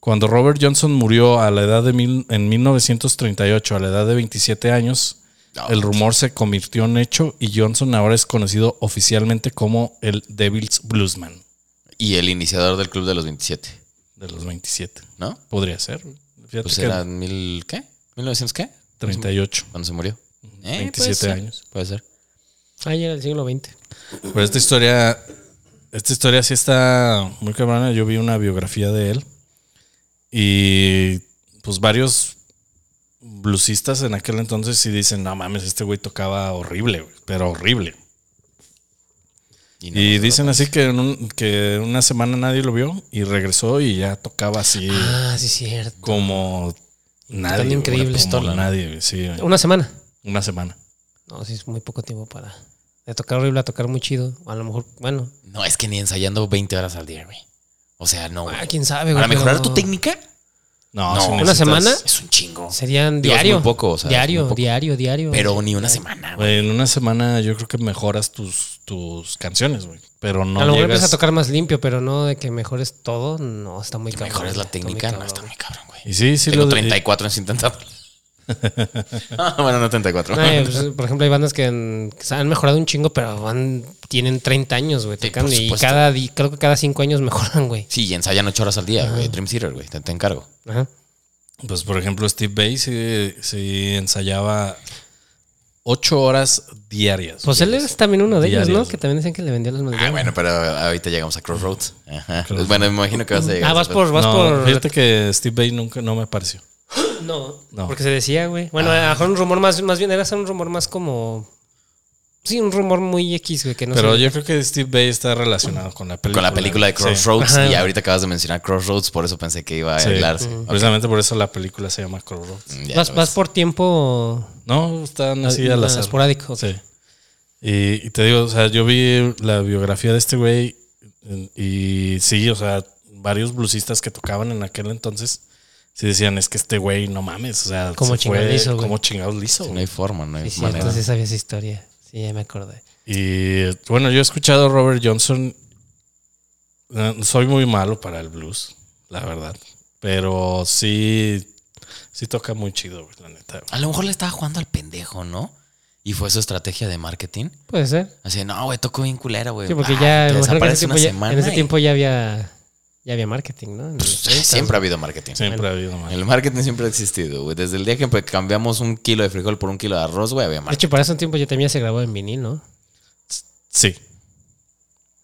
S2: Cuando Robert Johnson murió a la edad de mil- en 1938, a la edad de 27 años, el rumor se convirtió en hecho y Johnson ahora es conocido oficialmente como el Devil's Bluesman
S1: Y el iniciador del club de los 27,
S2: de los 27.
S1: ¿no?
S2: Podría ser. Fíjate
S1: Pues
S2: que
S1: era mil, ¿qué? ¿1900 qué?
S2: 38.
S1: Cuando se murió. Eh, puede
S2: 27
S1: ser,
S2: años.
S1: Puede ser.
S3: Ay, Ah, era el siglo XX.
S2: Pero esta historia, esta historia sí está muy cabrona. Yo vi una biografía de él y pues varios bluesistas en aquel entonces sí dicen, no mames, este güey tocaba horrible, güey, pero horrible.
S1: Y no,
S2: Y
S1: no,
S2: dicen así que, en un- que una semana nadie lo vio y regresó y ya tocaba así
S3: Ah, sí, cierto.
S2: como nadie.
S3: Tocando
S2: güey,
S3: increíble,
S2: como
S3: esto-
S2: nadie, sí, güey.
S3: Una semana.
S2: una semana.
S3: No, sí, es muy poco tiempo para. De tocar horrible a tocar muy chido. A lo mejor, bueno.
S1: No, es que ni ensayando 20 horas al día, güey. O sea, no, güey.
S3: Ah, quién sabe, güey.
S1: Para
S3: pero
S1: mejorar tu técnica
S2: No,
S1: No.
S2: sí
S1: ¿Una
S3: Una
S2: necesitas-
S3: semana
S1: es un chingo.
S3: serían
S1: Digo, es muy
S3: diario.
S1: poco, o sea, es
S3: diario,
S1: muy poco.
S3: diario, diario.
S1: Pero ni una semana, güey.
S2: Güey, en una semana yo creo que mejoras tus, tus canciones, güey. Pero no
S3: a lo mejor
S2: llegas-
S3: empiezas a tocar más limpio, pero no de que mejores todo. No, está muy cabrón.
S1: Mejor es la
S3: está muy
S1: técnica, no
S3: cabrón.
S1: está muy cabrón, güey.
S2: Y sí, sí
S1: Tengo
S2: lo
S1: 34 años intentando. ah, bueno, no 34.
S3: No, eh, pues, por ejemplo, hay bandas que han, que se han mejorado un chingo, pero van, tienen 30 años, güey.
S1: Sí,
S3: tocan
S1: por
S3: y
S1: supuesto.
S3: cada, di- creo que cada 5 años mejoran, güey.
S1: Sí, y ensayan 8 horas al día,
S3: Ah.
S1: güey. Dream Theater, güey. Te, te encargo.
S3: Ajá.
S2: Pues por ejemplo, Steve Bay sí, sí ensayaba ocho horas diarias.
S3: Pues él
S2: güey.
S3: es también uno de ellos,
S2: Diarios.
S3: ¿no? Que también decían que le vendía las maldiciones.
S1: Ah, bueno, pero ahorita llegamos a Crossroads. Ajá. Bueno, me imagino que vas a llegar.
S3: Ah,
S1: a
S3: vas
S1: esa
S3: por, vas
S2: No,
S3: por.
S2: Fíjate que Steve Bay nunca no me apareció.
S3: No,
S2: No.
S3: porque se decía, güey. Bueno,
S1: Ah.
S3: a lo mejor un rumor más, más bien era un rumor más como. Sí, un rumor muy X, güey, que no
S2: Pero
S3: sé.
S2: yo creo que Steve Bay está relacionado con la película.
S1: Con la película de
S2: Sí.
S1: Crossroads
S3: Ajá.
S1: y ahorita acabas de mencionar Crossroads, por eso pensé que iba a
S2: Sí.
S1: aislarse.
S2: Precisamente por eso la película se llama Crossroads.
S1: Ya
S3: vas,
S1: lo
S3: vas
S1: ves.
S3: por tiempo.
S2: No, están así al
S3: ah,
S2: azar.
S3: esporádico, ok.
S2: Sí. Y, y te digo, o sea, yo vi la biografía de este güey eh, y sí, o sea, varios bluesistas que tocaban en aquel entonces sí decían, es que este güey no mames, o sea,
S3: Como
S2: se fue
S3: chingados hizo, güey.
S2: como chingados liso.
S1: Sí,
S2: güey.
S1: No hay forma, no hay
S3: Sí,
S1: manera.
S3: cierto, sí sabía esa historia. Sí, ya me acordé.
S2: Y eh, bueno, yo he escuchado a Robert Johnson. Eh, Soy muy malo para el blues, la verdad. Pero sí, sí toca muy chido, güey, la neta. güey.
S1: A lo mejor le estaba jugando al pendejo, ¿no? Y fue su estrategia de marketing.
S3: Puede ser.
S1: Así, no, güey, tocó bien culera, güey.
S3: Sí, porque
S1: Ah,
S3: ya,
S1: te
S3: me imagino que en
S1: desaparece
S3: ese,
S1: una
S3: tiempo ya,
S1: semana.
S3: en ese
S1: y- Pues,
S3: tiempo ya había, ya había marketing, ¿no? En los
S1: Sí,
S3: 30,
S1: siempre ha habido marketing.
S2: Siempre ha habido mal.
S1: El marketing siempre ha existido, güey. Desde el día que cambiamos un kilo de frijol por un kilo de arroz, güey, había
S3: De
S1: marketing.
S3: hecho, para ese tiempo yo también se grabó en vinil, ¿no?
S2: Sí,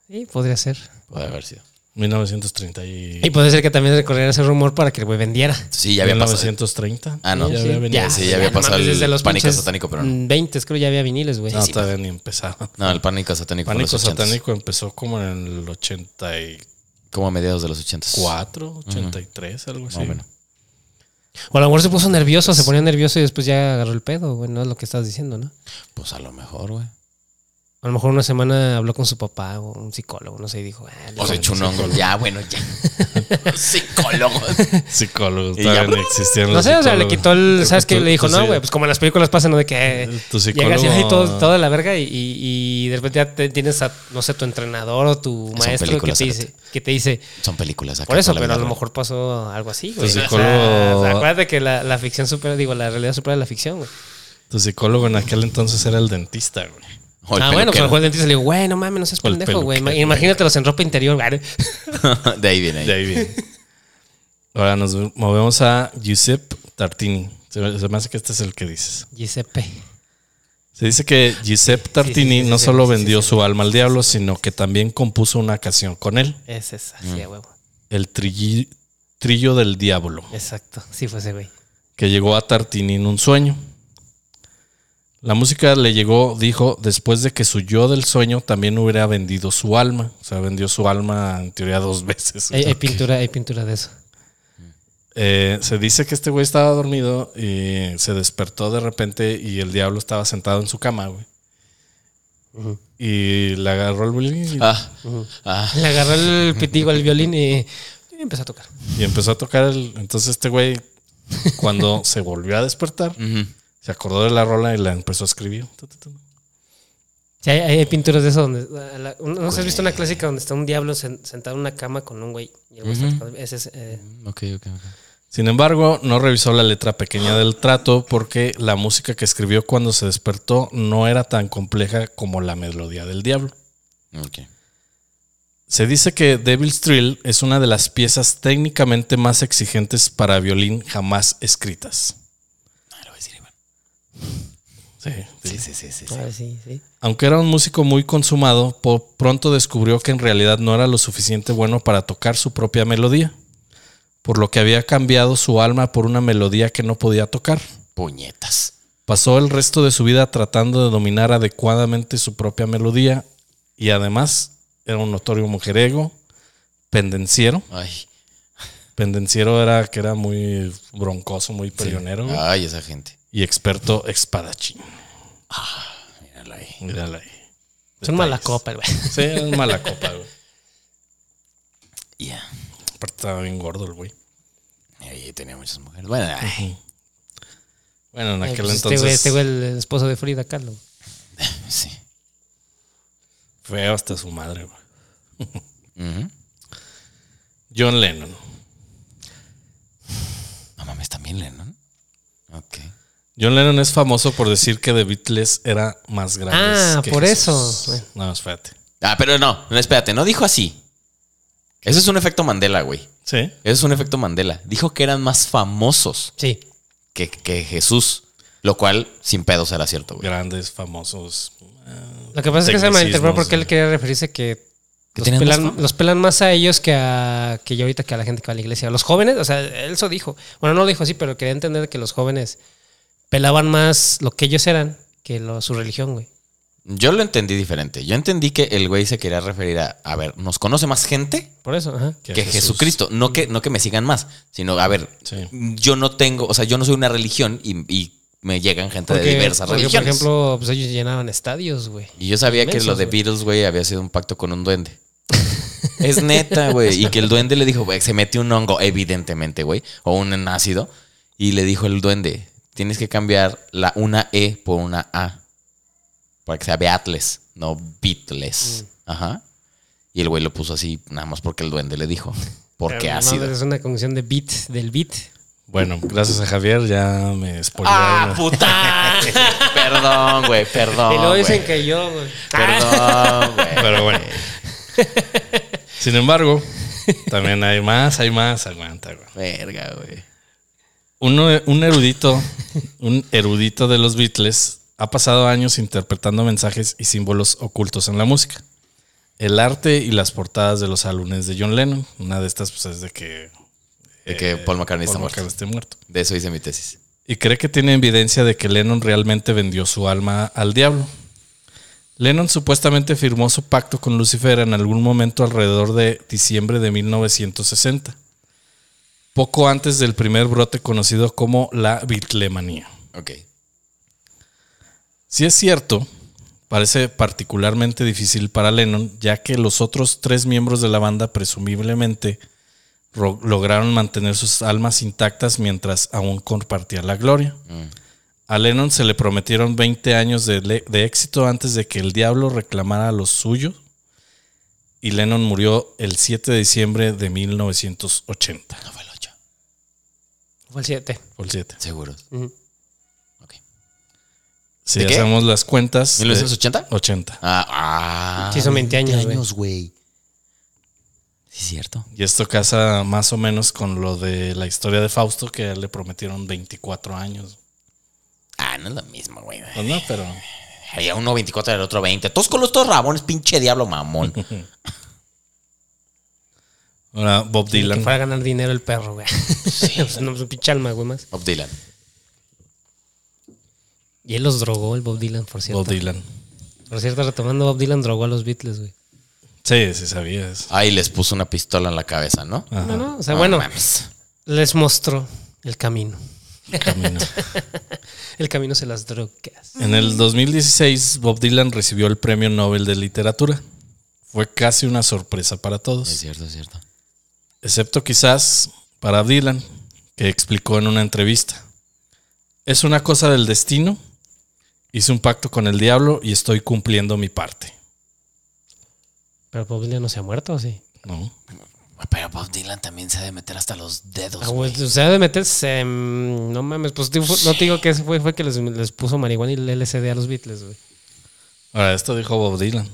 S3: Sí, podría ser.
S1: Puede haber sido.
S2: 1930 y.
S3: Y puede ser que también recorriera ese rumor para que el güey vendiera.
S1: Sí, ya había pasado.
S2: 1930.
S1: Ah, no.
S2: Ya
S1: Sí,
S2: había venido.
S1: sí, ya había
S3: no
S1: pasado
S3: mames,
S1: el
S3: desde los
S1: pánico
S3: pinches
S1: satánico, pero no.
S3: 20, creo ya había viniles, güey.
S2: No, todavía ni empezaba.
S1: No, el pánico satánico fue en
S2: Pánico
S1: los 80s.
S2: satánico empezó como en el 84,
S1: Como a mediados de los 80.
S2: 83, algo así.
S1: menos.
S3: O a lo mejor se puso nervioso, se ponía nervioso y después ya agarró el pedo, güey. No es lo que estás diciendo, ¿no?
S1: Pues a lo mejor, güey.
S3: A lo mejor una semana habló con su papá o un psicólogo, no sé, y dijo, ah,
S1: O se echó un hongo. Ya, bueno, ya. Psicólogo.
S2: Psicólogos,
S1: Y ya.
S2: todavía ni existían
S3: no
S2: los
S3: sé, o sea, le
S2: psicólogos.
S3: quitó el, ¿sabes qué?
S2: Tú-
S3: Le dijo,
S2: tú
S3: no,
S2: sí-
S3: güey, pues como en las películas pasa, ¿no? De que eh,
S2: Tu
S3: llegas y así
S2: psicólogo-
S3: todo, toda la verga y, y- y de repente ya te- tienes a, no sé, tu entrenador o tu maestro que
S1: películas,
S3: te, dice, que te dice,
S1: Son películas acá.
S3: por eso,
S1: la
S3: pero
S1: vida
S3: a lo
S1: real.
S3: mejor pasó algo así, güey. O sea,
S2: psicólogo-
S3: o sea, acuérdate que la, la ficción supera, digo, la realidad supera la ficción, güey.
S2: Tu psicólogo en aquel entonces era el dentista, güey.
S1: O el
S3: ah, bueno, pues
S1: peluquero.
S3: el juez dentista le digo, güey, no mames, no seas
S2: O el
S3: pendejo, güey.
S2: peluquero,
S3: Imagínatelos en ropa interior, güey.
S1: De ahí viene.
S2: De ahí viene. Ahora nos movemos a Giuseppe Tartini. Se me, se me hace que este es el que dices.
S3: Giuseppe.
S2: Se dice que Giuseppe Tartini
S3: sí, sí,
S2: no
S3: sí,
S2: solo
S3: sí,
S2: vendió su alma al diablo, sino que también compuso una canción con él,
S3: Es esa,
S2: Mm.
S3: sí, a huevo.
S2: el trilli- trillo del diablo,
S3: Exacto, sí fue ese, güey.
S2: que llegó a Tartini en un sueño. La música le llegó, dijo, después de que su yo del sueño también hubiera vendido su alma. O sea, vendió su alma en teoría dos veces.
S3: Hay, hay pintura, hay pintura de eso.
S2: Eh, se dice que este güey estaba dormido y se despertó de repente y el diablo estaba sentado en su cama, güey. Y le agarró el violín y,
S1: Ah, ah.
S3: Le agarró el pitigo al violín y empezó a tocar.
S2: y empezó a tocar el... Entonces este güey, cuando se volvió a despertar,
S1: Ujú.
S2: se acordó de la rola y la empezó a escribir. Tu, tu, tu.
S3: Sí, hay, hay pinturas de eso donde. la- la- ¿No has visto una clásica donde está un diablo sen- sentado en una cama con un güey? Y el güey está tocando- ese es, eh,
S1: Ok, ok, ok.
S2: Sin embargo, no revisó la letra pequeña del trato porque la música que escribió cuando se despertó no era tan compleja como la melodía del diablo.
S1: Ok. Ah,
S2: Se dice que Devil's Trill es una de las piezas técnicamente más exigentes para violín jamás escritas.
S1: Ah, lo voy a decir, Iván.
S2: Sí,
S1: Sí, sí, sí, sí. sí.
S3: ah, sí, sí.
S2: Aunque era un músico muy consumado, po- pronto descubrió que en realidad no era lo suficiente bueno para tocar su propia melodía, por lo que había cambiado su alma por una melodía que no podía tocar.
S1: Puñetas.
S2: Pasó el resto de su vida tratando de dominar adecuadamente su propia melodía y además era un notorio mujeriego, pendenciero.
S1: Ay,
S2: Pendenciero era que era muy broncoso, muy peleonero güey,
S1: ay, esa gente.
S2: y experto espadachín.
S1: Ah, Mírala ahí.
S2: Mírala ahí.
S3: Es un mala copa, güey.
S2: Sí, es mala copa, güey.
S1: Ya.
S2: Aparte estaba bien gordo el güey.
S1: Ahí tenía muchas mujeres. Bueno, ay,
S2: Bueno, en
S3: Eh,
S2: aquel
S3: pues, este
S2: entonces
S3: güey- Este güey, el esposo de Frida Kahlo.
S1: sí.
S2: feo hasta su madre, güey.
S1: Ujú.
S2: John Lennon.
S1: No mames, también Lennon. Ok.
S2: John Lennon es famoso por decir que The Beatles era más grande.
S3: Ah,
S2: que
S3: por
S2: Jesús.
S3: eso. Bueno.
S2: No, espérate.
S1: Ah, pero no, no, espérate, no dijo así. Eso es un efecto Mandela, güey.
S2: Sí.
S1: Eso es un efecto Mandela. Dijo que eran más famosos
S3: Sí.
S1: que, que Jesús, lo cual sin pedos era cierto, güey.
S2: Grandes, famosos. eh,
S3: Lo que pasa es que se
S2: Tecnicismos,
S3: malinterpretó porque él
S2: güey.
S3: quería referirse que los
S1: tenían más
S3: pelan,
S1: fama.
S3: los pelan más a ellos que a que yo ahorita que a la gente que va a la iglesia. Los jóvenes, o sea, él eso dijo. Bueno, no lo dijo así, pero quería entender que los jóvenes pelaban más lo que ellos eran que lo- su religión, güey.
S1: Yo lo entendí diferente. Yo entendí que el güey se quería referir a, a ver, nos conoce más gente
S3: Por eso, ajá.
S1: que, Jesucristo. No que, no que me sigan más, sino, a ver,
S2: Sí.
S1: yo no tengo, o sea, yo no soy una religión y, y me llegan gente de
S3: Porque-
S1: diversas
S3: porque, por
S1: religiones.
S3: ejemplo, pues ellos llenaban estadios, güey.
S1: y yo sabía que lo
S3: inmensos,
S1: de
S3: güey.
S1: Beatles, güey, había sido un pacto con un duende. es neta, güey. Y que el duende le dijo, güey, se metió un hongo, evidentemente, güey, o un ácido. Y le dijo el duende, tienes que cambiar la una E por una A. Para que sea Beatles, no Beatles.
S3: Mm.
S1: Ajá. Y el güey lo puso así, nada más porque el duende le dijo. Porque
S3: Pero,
S1: ácido.
S3: mames, Es una conjunción de beat, del beat.
S2: Bueno, gracias a Javier ya me
S1: ¡Ah,
S2: spoilearon.
S1: puta! perdón, güey, perdón.
S3: y luego dicen
S1: güey.
S3: que yo, güey. Ah,
S1: Perdón, güey.
S2: Pero bueno. Sin embargo, también hay más, hay más. Aguanta, güey.
S1: Verga, güey.
S2: Uno- un erudito, un erudito de los Beatles, ha pasado años interpretando mensajes y símbolos ocultos en la música. El arte y las portadas de los álbumes de John Lennon. Una de estas pues, es de que
S1: De que Paul McCartney está
S2: Eh, Paul
S1: muerto.
S2: McCartney esté muerto.
S1: De eso hice mi tesis.
S2: Y cree que tiene evidencia de que Lennon realmente vendió su alma al diablo. Lennon supuestamente firmó su pacto con Lucifer en algún momento alrededor de diciembre de 1960, poco antes del primer brote conocido como la Beatlemanía.
S1: Ok.
S2: Si es cierto, parece particularmente difícil para Lennon, ya que los otros tres miembros de la banda presumiblemente ro- lograron mantener sus almas intactas mientras aún compartían la gloria. A Lennon se le prometieron 20 años de, le- de éxito antes de que el diablo reclamara los suyos. Y Lennon murió el 7 de diciembre de 1980.
S1: No fue el 8.
S3: Fue el 7.
S2: O el 7.
S1: Seguros. Ok.
S2: Si
S1: ¿De qué?
S2: hacemos las cuentas. eh,
S1: ¿1980?
S2: 80.
S1: Ah, ah.
S3: Sí, son 20 años, güey.
S1: güey. Sí, es cierto.
S2: Y esto casa más o menos con lo de la historia de Fausto, que a él le prometieron 24 años.
S1: Ah, no es lo mismo, güey.
S2: Pues no, pero
S1: Había uno 24 y el otro 20. Todos con los dos rabones, pinche diablo mamón.
S2: ahora Bob
S3: Que
S2: Dylan.
S3: fuera a ganar dinero el perro, güey. Pues no, es un pinche alma, güey, más.
S1: Bob Dylan.
S3: Y él los drogó, el Bob Dylan, por cierto.
S2: Bob Dylan.
S3: Por cierto, retomando, Bob Dylan drogó a los Beatles, güey.
S2: Sí, sí sabías.
S1: Ahí les puso una pistola en la cabeza, ¿no?
S3: No, no, o sea, Ah, bueno,
S1: mames.
S3: les mostró el camino.
S2: Camino.
S3: El camino se las drogas.
S2: En el 2016, Bob Dylan recibió el Premio Nobel de Literatura. Fue casi una sorpresa para
S1: Es
S2: todos,
S1: cierto, es cierto.
S2: excepto quizás para Dylan, que explicó en una entrevista. Es una cosa del destino. Hice un pacto con el diablo y estoy cumpliendo mi parte.
S3: Pero Bob Dylan no se ha muerto, ¿o sí?
S2: ¿No?
S1: Pero Bob Dylan también se ha de meter hasta los dedos.
S3: Ah, güey, o sea, de meterse. mm, no mames, pues tío, fue- no te digo que ese fue, fue que les, les puso marihuana y el LCD a los Beatles, güey.
S2: Ahora, esto dijo Bob Dylan.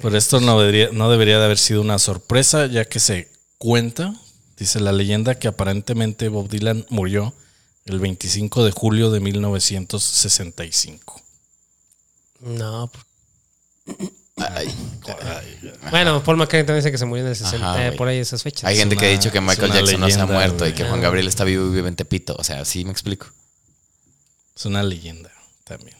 S2: Pero esto no debería, no debería de haber sido una sorpresa, ya que se cuenta, dice la leyenda, que aparentemente Bob Dylan murió el 25 de julio de 1965.
S3: No. pues, por-
S1: Ay,
S3: Bueno, Paul McCartney también dice que se murió en el 60,
S1: Ajá,
S3: eh,
S1: güey.
S3: por ahí esas fechas.
S1: Hay
S2: Es
S1: gente que ha
S2: una-
S1: dicho que
S2: es
S1: Michael
S2: una
S1: Jackson no se ha
S2: leyenda,
S1: muerto y
S2: güey.
S1: que Juan Gabriel está vivo y vive en Tepito. O sea, sí me explico.
S2: Es una leyenda también.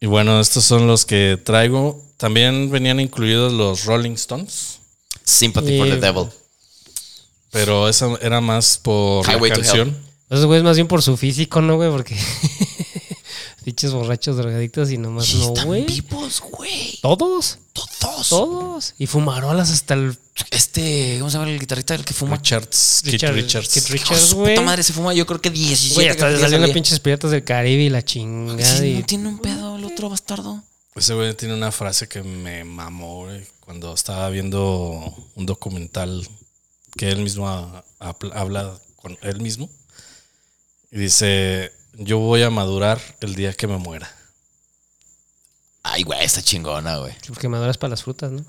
S2: Y bueno, estos son los que traigo. También venían incluidos los Rolling Stones,
S1: Sympathy for the
S3: Y-
S1: Devil.
S2: pero esa era más por
S1: Highway
S2: la
S1: to Hell.
S2: canción.
S3: Esos güeyes Pues, más bien por su físico, ¿no, güey? Porque pinches borrachos, drogadictos y nomás pues no, güey.
S1: vivos, güey.
S3: Todos,
S1: Todos.
S3: todos. Y fumarolas hasta el
S1: Este, ¿cómo se llama el guitarrista el que fuma?
S2: Richards, Keith
S3: Richard-
S2: Richards.
S3: Keith
S1: Hijo de
S3: Richards,
S1: su
S3: güey.
S1: puta madre se fuma, yo creo que 17.
S3: Güey, hasta le
S1: cajetillas
S3: salieron
S1: al
S3: las
S1: día.
S3: pinches piratas del Caribe y la chingada.
S1: Sí,
S3: y-
S1: no tiene un pedo el otro bastardo.
S2: Ese güey tiene una frase que me mamó güey, cuando estaba viendo un documental que él mismo ha- ha- habla con él mismo. Y dice, yo voy a madurar el día que me muera.
S1: Ay, güey, está chingona, güey.
S3: Quemaduras para las frutas, ¿no?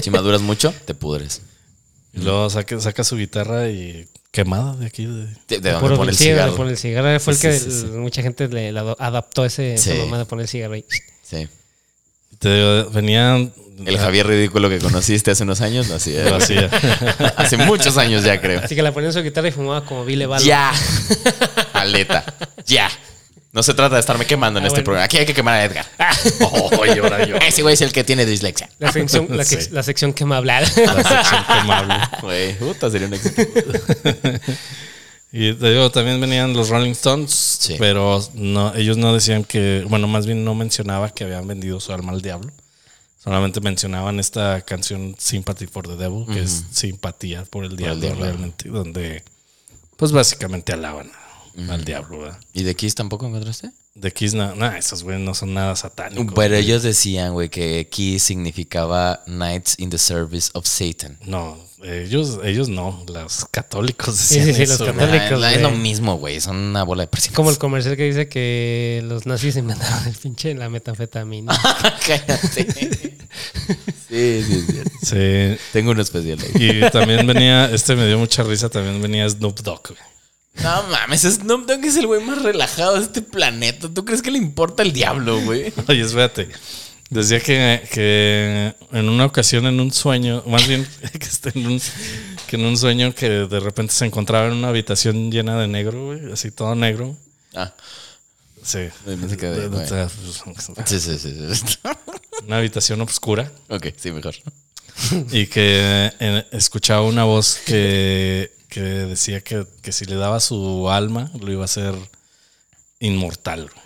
S1: Si maduras mucho, te pudres.
S2: Y luego saca, saca su guitarra y quemada de aquí. de-
S1: De, de
S3: Puro
S1: donde pone el
S3: sí,
S1: cigarro.
S3: le pone el cigarro. Fue
S1: Sí,
S3: el que
S1: sí, sí, sí.
S3: el- mucha gente le, le ado- adaptó ese
S1: Sí.
S3: esa mamada de poner el cigarro ahí.
S1: Sí.
S2: y te digo, venían...
S1: El Javier ridículo que conociste hace unos años, no, así
S2: Lo
S1: era.
S2: hacía.
S1: hace muchos años ya, creo.
S3: Así que la ponía en su guitarra y fumaba como Billy Ball.
S1: Ya. Aleta. Ya. No se trata de estarme quemando en
S3: Ah,
S1: este
S3: bueno.
S1: programa. Aquí hay que quemar a Edgar. Ah. Ese güey es el que tiene dislexia.
S3: La sección, la, que-
S2: Sí.
S3: la sección que me hablaba.
S2: La sección quemable.
S1: Güey, puta, sería un éxito.
S2: Y te digo, también venían los Rolling Stones,
S1: Sí.
S2: pero no, ellos no decían que, bueno, más bien no mencionaba que habían vendido su alma al diablo. Solamente mencionaban esta canción Sympathy for the Devil, que es simpatía por el diablo,
S1: diablo.
S2: realmente, donde pues básicamente alaban al diablo, ¿verdad?
S1: ¿Y de Kiss tampoco encontraste?
S2: De Kiss, no, nah, esos güeyes no son nada satánicos.
S1: Pero ellos decían, güey, que Kiss significaba Knights in the Service of Satan.
S2: No, ellos, ellos no, los católicos
S3: Sí,
S2: decían
S3: sí, sí, los
S2: eso, ¿no?
S3: católicos. Católicos,
S1: Ah, es lo
S3: güey.
S1: mismo, güey. Son una bola de personas.
S3: Como el comercial que dice que los nazis inventaron el pinche la metanfetamina.
S1: Ah, Cállate. sí, sí, sí.
S2: Sí,
S1: Tengo uno especial ahí.
S2: y también venía, este me dio mucha risa, también venía Snoop Dogg, güey.
S1: No mames, Snoop Dogg es el güey más relajado de este planeta. ¿Tú crees que le importa el diablo, güey?
S2: Oye, espérate. Decía que, que en una ocasión, en un sueño, más bien que, este, en un, que en un sueño que de repente se encontraba en una habitación llena de negro, güey, así todo negro.
S1: Ah,
S2: Sí.
S1: me pensé que de-
S2: O sea, pues,
S1: sí, sí, sí. sí.
S2: Una habitación oscura
S1: ok, sí, mejor.
S2: y que eh, escuchaba una voz que, que decía que, que si le daba su alma lo iba a hacer inmortal. güey.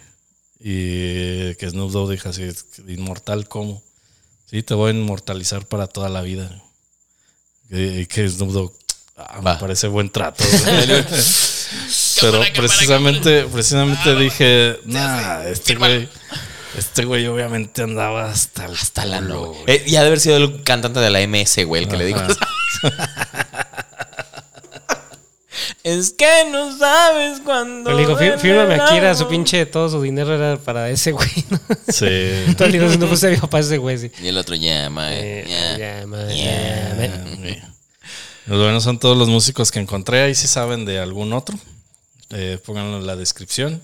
S2: Y que Snoop Dogg dijo así, ¿inmortal cómo? Sí, te voy a inmortalizar para toda la vida. Y, y que Snoop Dogg, "Ah, me
S1: Va.
S2: parece buen trato. güey. Pero precisamente,
S1: Ah,
S2: precisamente dije, nah, este güey, este güey obviamente andaba hasta el
S1: Hasta la
S2: culo,
S1: no.
S2: güey".
S1: Eh, y ha de haber sido el cantante de la MS, güey, el que le dijo.
S2: Ajá.
S1: es que no sabes cuándo.
S3: Pero le digo, "Fí-
S1: duele
S3: fírmame
S1: el
S3: aquí, era su
S1: amor".
S3: pinche, todo su dinero era para ese güey. ¿no?
S2: Sí.
S3: Todo el dinero no puse a mi papá ese güey. sí.
S1: Y el otro llama. eh,
S3: Eh,
S1: ya.
S3: llama,
S1: Yeah.
S3: llama.
S2: Sí. Los buenos Eh, son todos los músicos que encontré. Ahí si saben de algún otro, eh, pónganlo en la descripción.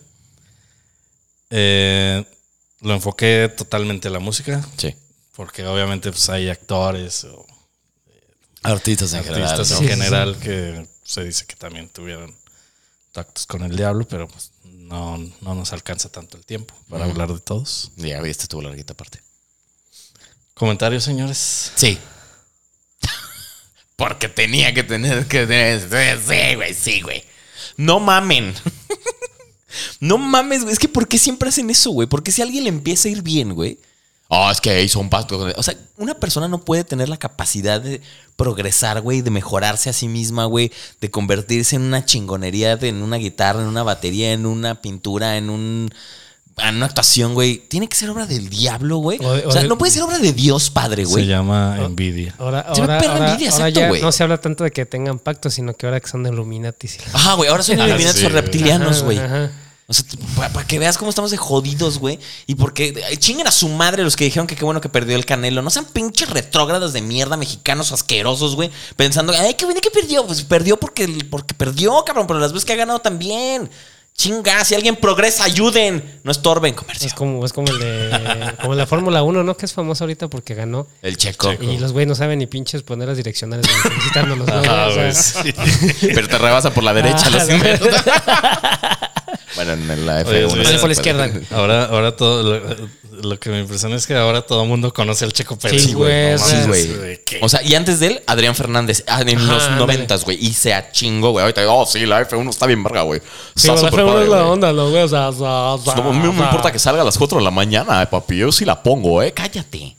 S2: Eh, lo enfoqué totalmente a la música,
S1: Sí.
S2: porque obviamente pues, hay actores o
S1: Artistas en
S2: artistas
S1: general.
S2: en
S3: sí, sí.
S2: general que se dice que también tuvieron tactos con el diablo, pero pues, no, no nos alcanza tanto el tiempo para hablar de todos.
S1: ¿no? Ya, este estuvo larguita aparte.
S2: Comentarios, señores.
S1: Sí. Porque tenía que tener que tener. Sí, güey, sí, güey. No mamen. No mames, güey. Es que ¿por qué siempre hacen eso, güey? Porque si a alguien le empieza a ir bien, güey. Ah, es que hizo un pacto. O sea, una persona no puede tener la capacidad de progresar, güey, de mejorarse a sí misma, güey, de convertirse en una chingonería, de- en una guitarra, en una batería, en una pintura, en un. En una actuación, güey. Tiene que ser obra del diablo, güey.
S3: O- o
S1: O sea,
S3: de-
S1: no puede ser obra de Dios, padre, güey.
S2: Se llama envidia.
S3: Ahora,
S1: Se me
S3: ahora,
S1: perra
S3: ahora,
S1: envidia,
S3: ahora
S1: exacto,
S3: ya
S1: güey.
S3: no se habla tanto de que tengan pacto, sino que ahora que son de Illuminati. sí.
S1: Ajá, güey, ahora son
S2: Ah,
S1: eliminados
S2: sí,
S1: son reptilianos,
S3: Ajá,
S1: güey.
S3: ajá.
S1: O sea, para que veas cómo estamos de jodidos, güey. Y porque ay, chinguen a su madre los que dijeron que qué bueno que perdió el canelo. No sean pinches retrógradas de mierda mexicanos asquerosos, güey. Pensando, ay, qué bueno que perdió. Pues perdió porque, porque perdió, cabrón. Pero las veces que ha ganado también. Chinga, si alguien progresa, ayuden. No estorben, comercio.
S3: Es como, es como el de como la Fórmula 1, ¿no? Que es famoso ahorita porque ganó.
S1: El checo.
S3: Y los güeyes no saben ni pinches poner las direccionales visitándolos.
S2: Ah, güey, sí.
S1: Pero te rebasa por la derecha.
S3: Ah,
S1: los
S3: la
S1: inmersos. bueno,
S5: Bueno, en la
S2: Oye,
S5: F1.
S2: sí.
S3: Dale por la izquierda.
S2: Ahora, ahora todo lo, lo que me impresiona es que ahora todo el mundo conoce al Checo Pérez.
S3: Sí, güey,
S2: No
S3: o sea,
S5: Sí,
S2: mames,
S5: güey.
S2: ¿qué?
S5: O sea, y antes de él, Adrián Fernández. ah, En los
S3: ándale.
S5: noventas, güey. Y se achingó, güey. Ahorita, oh, sí, la F1 está bien verga, güey.
S3: Sí,
S5: Está
S3: la
S5: súper
S3: F1
S5: padre,
S3: es la
S5: güey.
S3: onda, lo güey. O sea, o sea, o sea,
S5: No, a mí no
S3: o
S5: me
S3: sea.
S5: importa que salga a las 4 de la mañana, eh, papi. Yo sí la pongo, eh. Cállate.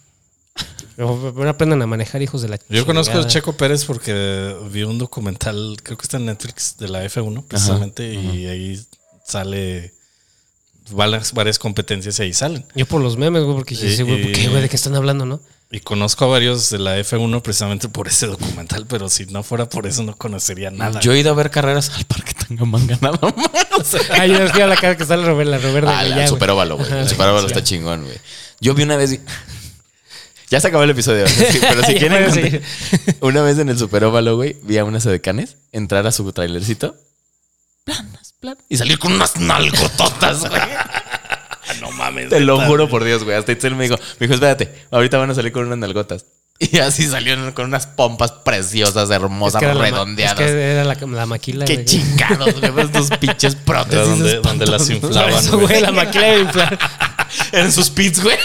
S3: Pero primero aprendan a manejar hijos de la
S2: Yo conozco al
S3: chingada.
S2: Checo Pérez porque vi un documental, creo que está en Netflix, de la F1 precisamente, y ahí sale varias, varias competencias y ahí salen.
S3: Yo por los memes, güey, porque dije,
S2: Y-
S3: sí, güey, ¿por qué, güey? ¿De qué están hablando, no?
S2: Y conozco a varios de la F1 precisamente por ese documental, pero si no fuera por eso no conocería nada.
S5: Yo he ido a ver carreras al Parque Tangamanga nada más.
S3: Ay, yo fui a la cara que sale Robert, la Robert de
S5: Ah,
S3: Gallá,
S5: el
S3: güey.
S5: superóvalo, güey. El superóvalo está chingón, güey. Yo vi una vez. Ya se acabó el episodio. sí, pero si
S3: Ya
S5: quieren.
S3: puedes
S5: contar- Una vez en el superóvalo, güey, vi a unas edecanes entrar a su trailercito. Planas, planas. Y salir con unas nalgototas, güey.
S2: no mames.
S5: Te lo
S2: neta.
S5: juro por Dios, güey. Hasta Itzel me dijo, me dijo, espérate, ahorita van a salir con unas nalgotas. Y así salieron con unas pompas preciosas,
S3: Es
S5: hermosas,
S3: que era la ma-
S5: redondeadas.
S3: Es que era la, la maquila,
S5: Qué
S3: güey.
S5: chingados, güey. ves Tus pinches prótesis.
S2: Era donde,
S5: espantosas.
S2: donde las
S3: Por
S2: inflaban.
S3: eso,
S2: güey.
S3: güey, la maquila de inflar.
S5: Eran sus pits, güey.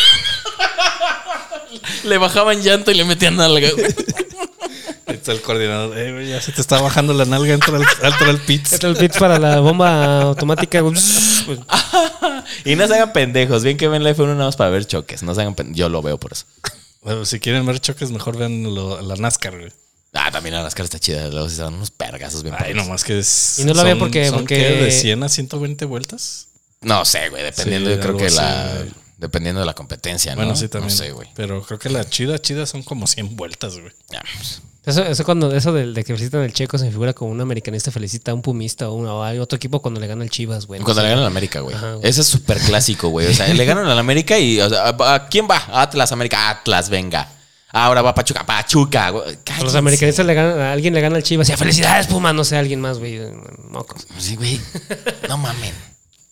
S5: Le bajaban llanto y le metían nalga, güey.
S2: Está el coordinador. "Eh, güey, ya se te está bajando la nalga, entra al, entra al pits.
S3: Este es el pit para la bomba automática, güey. Pues,
S5: Y no se hagan pendejos. Bien que ven la F1 nada más para ver choques. No se hagan pendejos. Yo lo veo por eso.
S2: Bueno, si quieren ver choques, mejor vean lo- la NASCAR, güey.
S5: Ah, también la NASCAR está chida. Luego se dan unos pergazos bien
S2: Ay,
S5: padres.
S2: nomás que es.
S3: Y no la vean
S2: son-
S3: porque-
S2: son,
S3: porque-
S2: ¿qué? ¿De 100 a 120 vueltas?
S5: No sé, güey. Dependiendo,
S2: Sí,
S5: yo creo
S2: algo
S5: que
S2: así,
S5: la.
S2: güey.
S5: Dependiendo de la competencia, ¿no?
S2: Bueno, sí, también.
S5: No sé, güey.
S2: Pero creo que la chida, chida son como 100 vueltas, güey.
S5: Ya, pues.
S3: Eso, eso cuando eso de, de que felicitan al checo se me figura como un americanista felicita a un pumista o, una- o a otro equipo cuando le gana al Chivas, güey.
S5: Cuando le ganan a la América, güey.
S3: Ajá, güey.
S5: Ese es súper clásico, güey. O sea, le ganan a la América y. o sea, ¿a- ¿A quién va? Atlas, América. Atlas, venga. Ahora va Pachuca. Pachuca, güey.
S3: A los
S5: Cállense.
S3: americanistas le ganan, a alguien le gana al Chivas y a felicidades, Puma, no sé, a alguien más, güey. Mocos.
S5: Sí, güey. No mamen.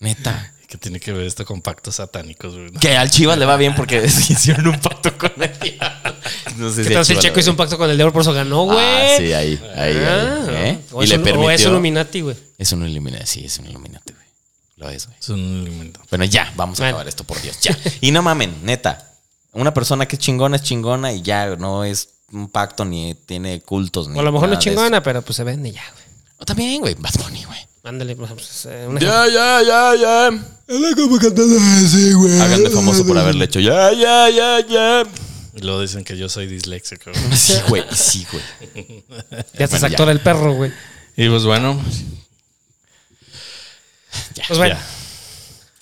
S5: Neta.
S2: Que tiene que ver esto con pactos satánicos, güey. ¿no?
S5: Que al Chivas le va bien porque hicieron un pacto con el diablo. No sé
S3: ¿Qué tal si el
S5: al Chivas
S3: Checo
S5: le
S3: hizo un pacto con el Diablo por eso ganó,
S5: va
S3: güey?
S5: bien. Ah, sí, ahí. ahí,
S3: pues. Ah,
S5: ahí, ¿eh?
S3: O
S5: Y
S3: es
S5: le
S3: un-
S5: permitió.
S3: O es un Illuminati, güey.
S5: Es un Illuminati, sí, es un Illuminati, güey. Lo es, güey.
S2: Es un alimento.
S5: Bueno, ya, vamos a
S3: Bueno.
S5: acabar esto, por Dios. Ya. Y no mamen, neta. Una persona que es chingona es chingona y ya no es un pacto ni tiene cultos ni.
S3: O a lo mejor no es
S5: nada de eso.
S3: chingona, pero pues se vende ya, güey.
S5: O también, güey, Bad Bunny, güey.
S3: Ándale, pues, eh, un ejemplo.
S5: Ya, ya, ya, ya. Háganle famoso por haberle hecho. Ya, ya, ya, ya.
S2: Y luego dicen que yo soy disléxico. güey.
S5: Sí, güey, sí, güey.
S3: Ya estás
S5: Bueno, ya.
S3: actor del perro, güey.
S2: y pues bueno,
S5: Ya.
S3: Pues bueno.
S2: Ya.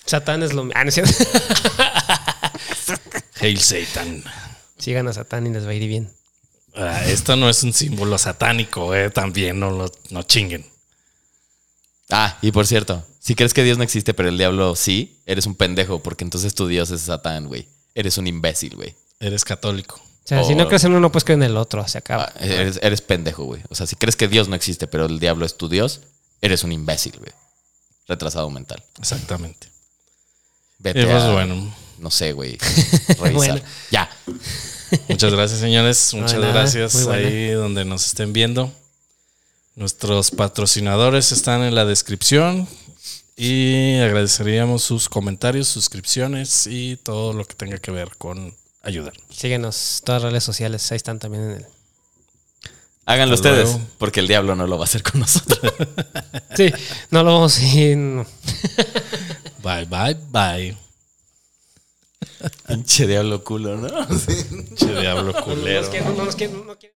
S3: Satán es lo. Ah, no es cierto.
S2: Hail Satan.
S3: Sigan a Satán y les va a ir bien.
S2: Ah, esto no es un símbolo satánico, eh. También no lo no chinguen.
S5: Ah, y por cierto, si crees que Dios no existe, pero el diablo sí, eres un pendejo, porque entonces tu Dios es Satán, güey. Eres un imbécil, güey.
S2: Eres católico.
S3: O sea, si
S5: Oh.
S3: no crees en uno, pues crees en el otro. Se acaba.
S5: Ah, eres, eres pendejo, güey. O sea, si crees que Dios no existe, pero el diablo es tu Dios, eres un imbécil, güey. Retrasado mental.
S2: Exactamente.
S5: Vete
S2: Y pues
S5: a-
S2: bueno.
S5: No sé, güey. Revisar.
S3: Bueno.
S5: Ya.
S2: Muchas gracias, señores.
S3: No, de
S2: Muchas
S3: nada. Muy
S2: gracias
S3: buena.
S2: ahí donde nos estén viendo. Nuestros patrocinadores están en la descripción y agradeceríamos sus comentarios, suscripciones y todo lo que tenga que ver con ayudarnos.
S3: Síguenos, todas las redes sociales, ahí están también en el.
S5: Háganlo
S2: Hasta
S5: ustedes,
S2: luego.
S5: porque el diablo no lo va a hacer con nosotros.
S3: Sí, no lo vamos a ir, no.
S2: Bye, bye, bye.
S5: Pinche diablo culo, ¿no?
S2: Che diablo
S3: No
S2: culero.
S3: Pues nos quiere- no nos quiere- no nos quiere-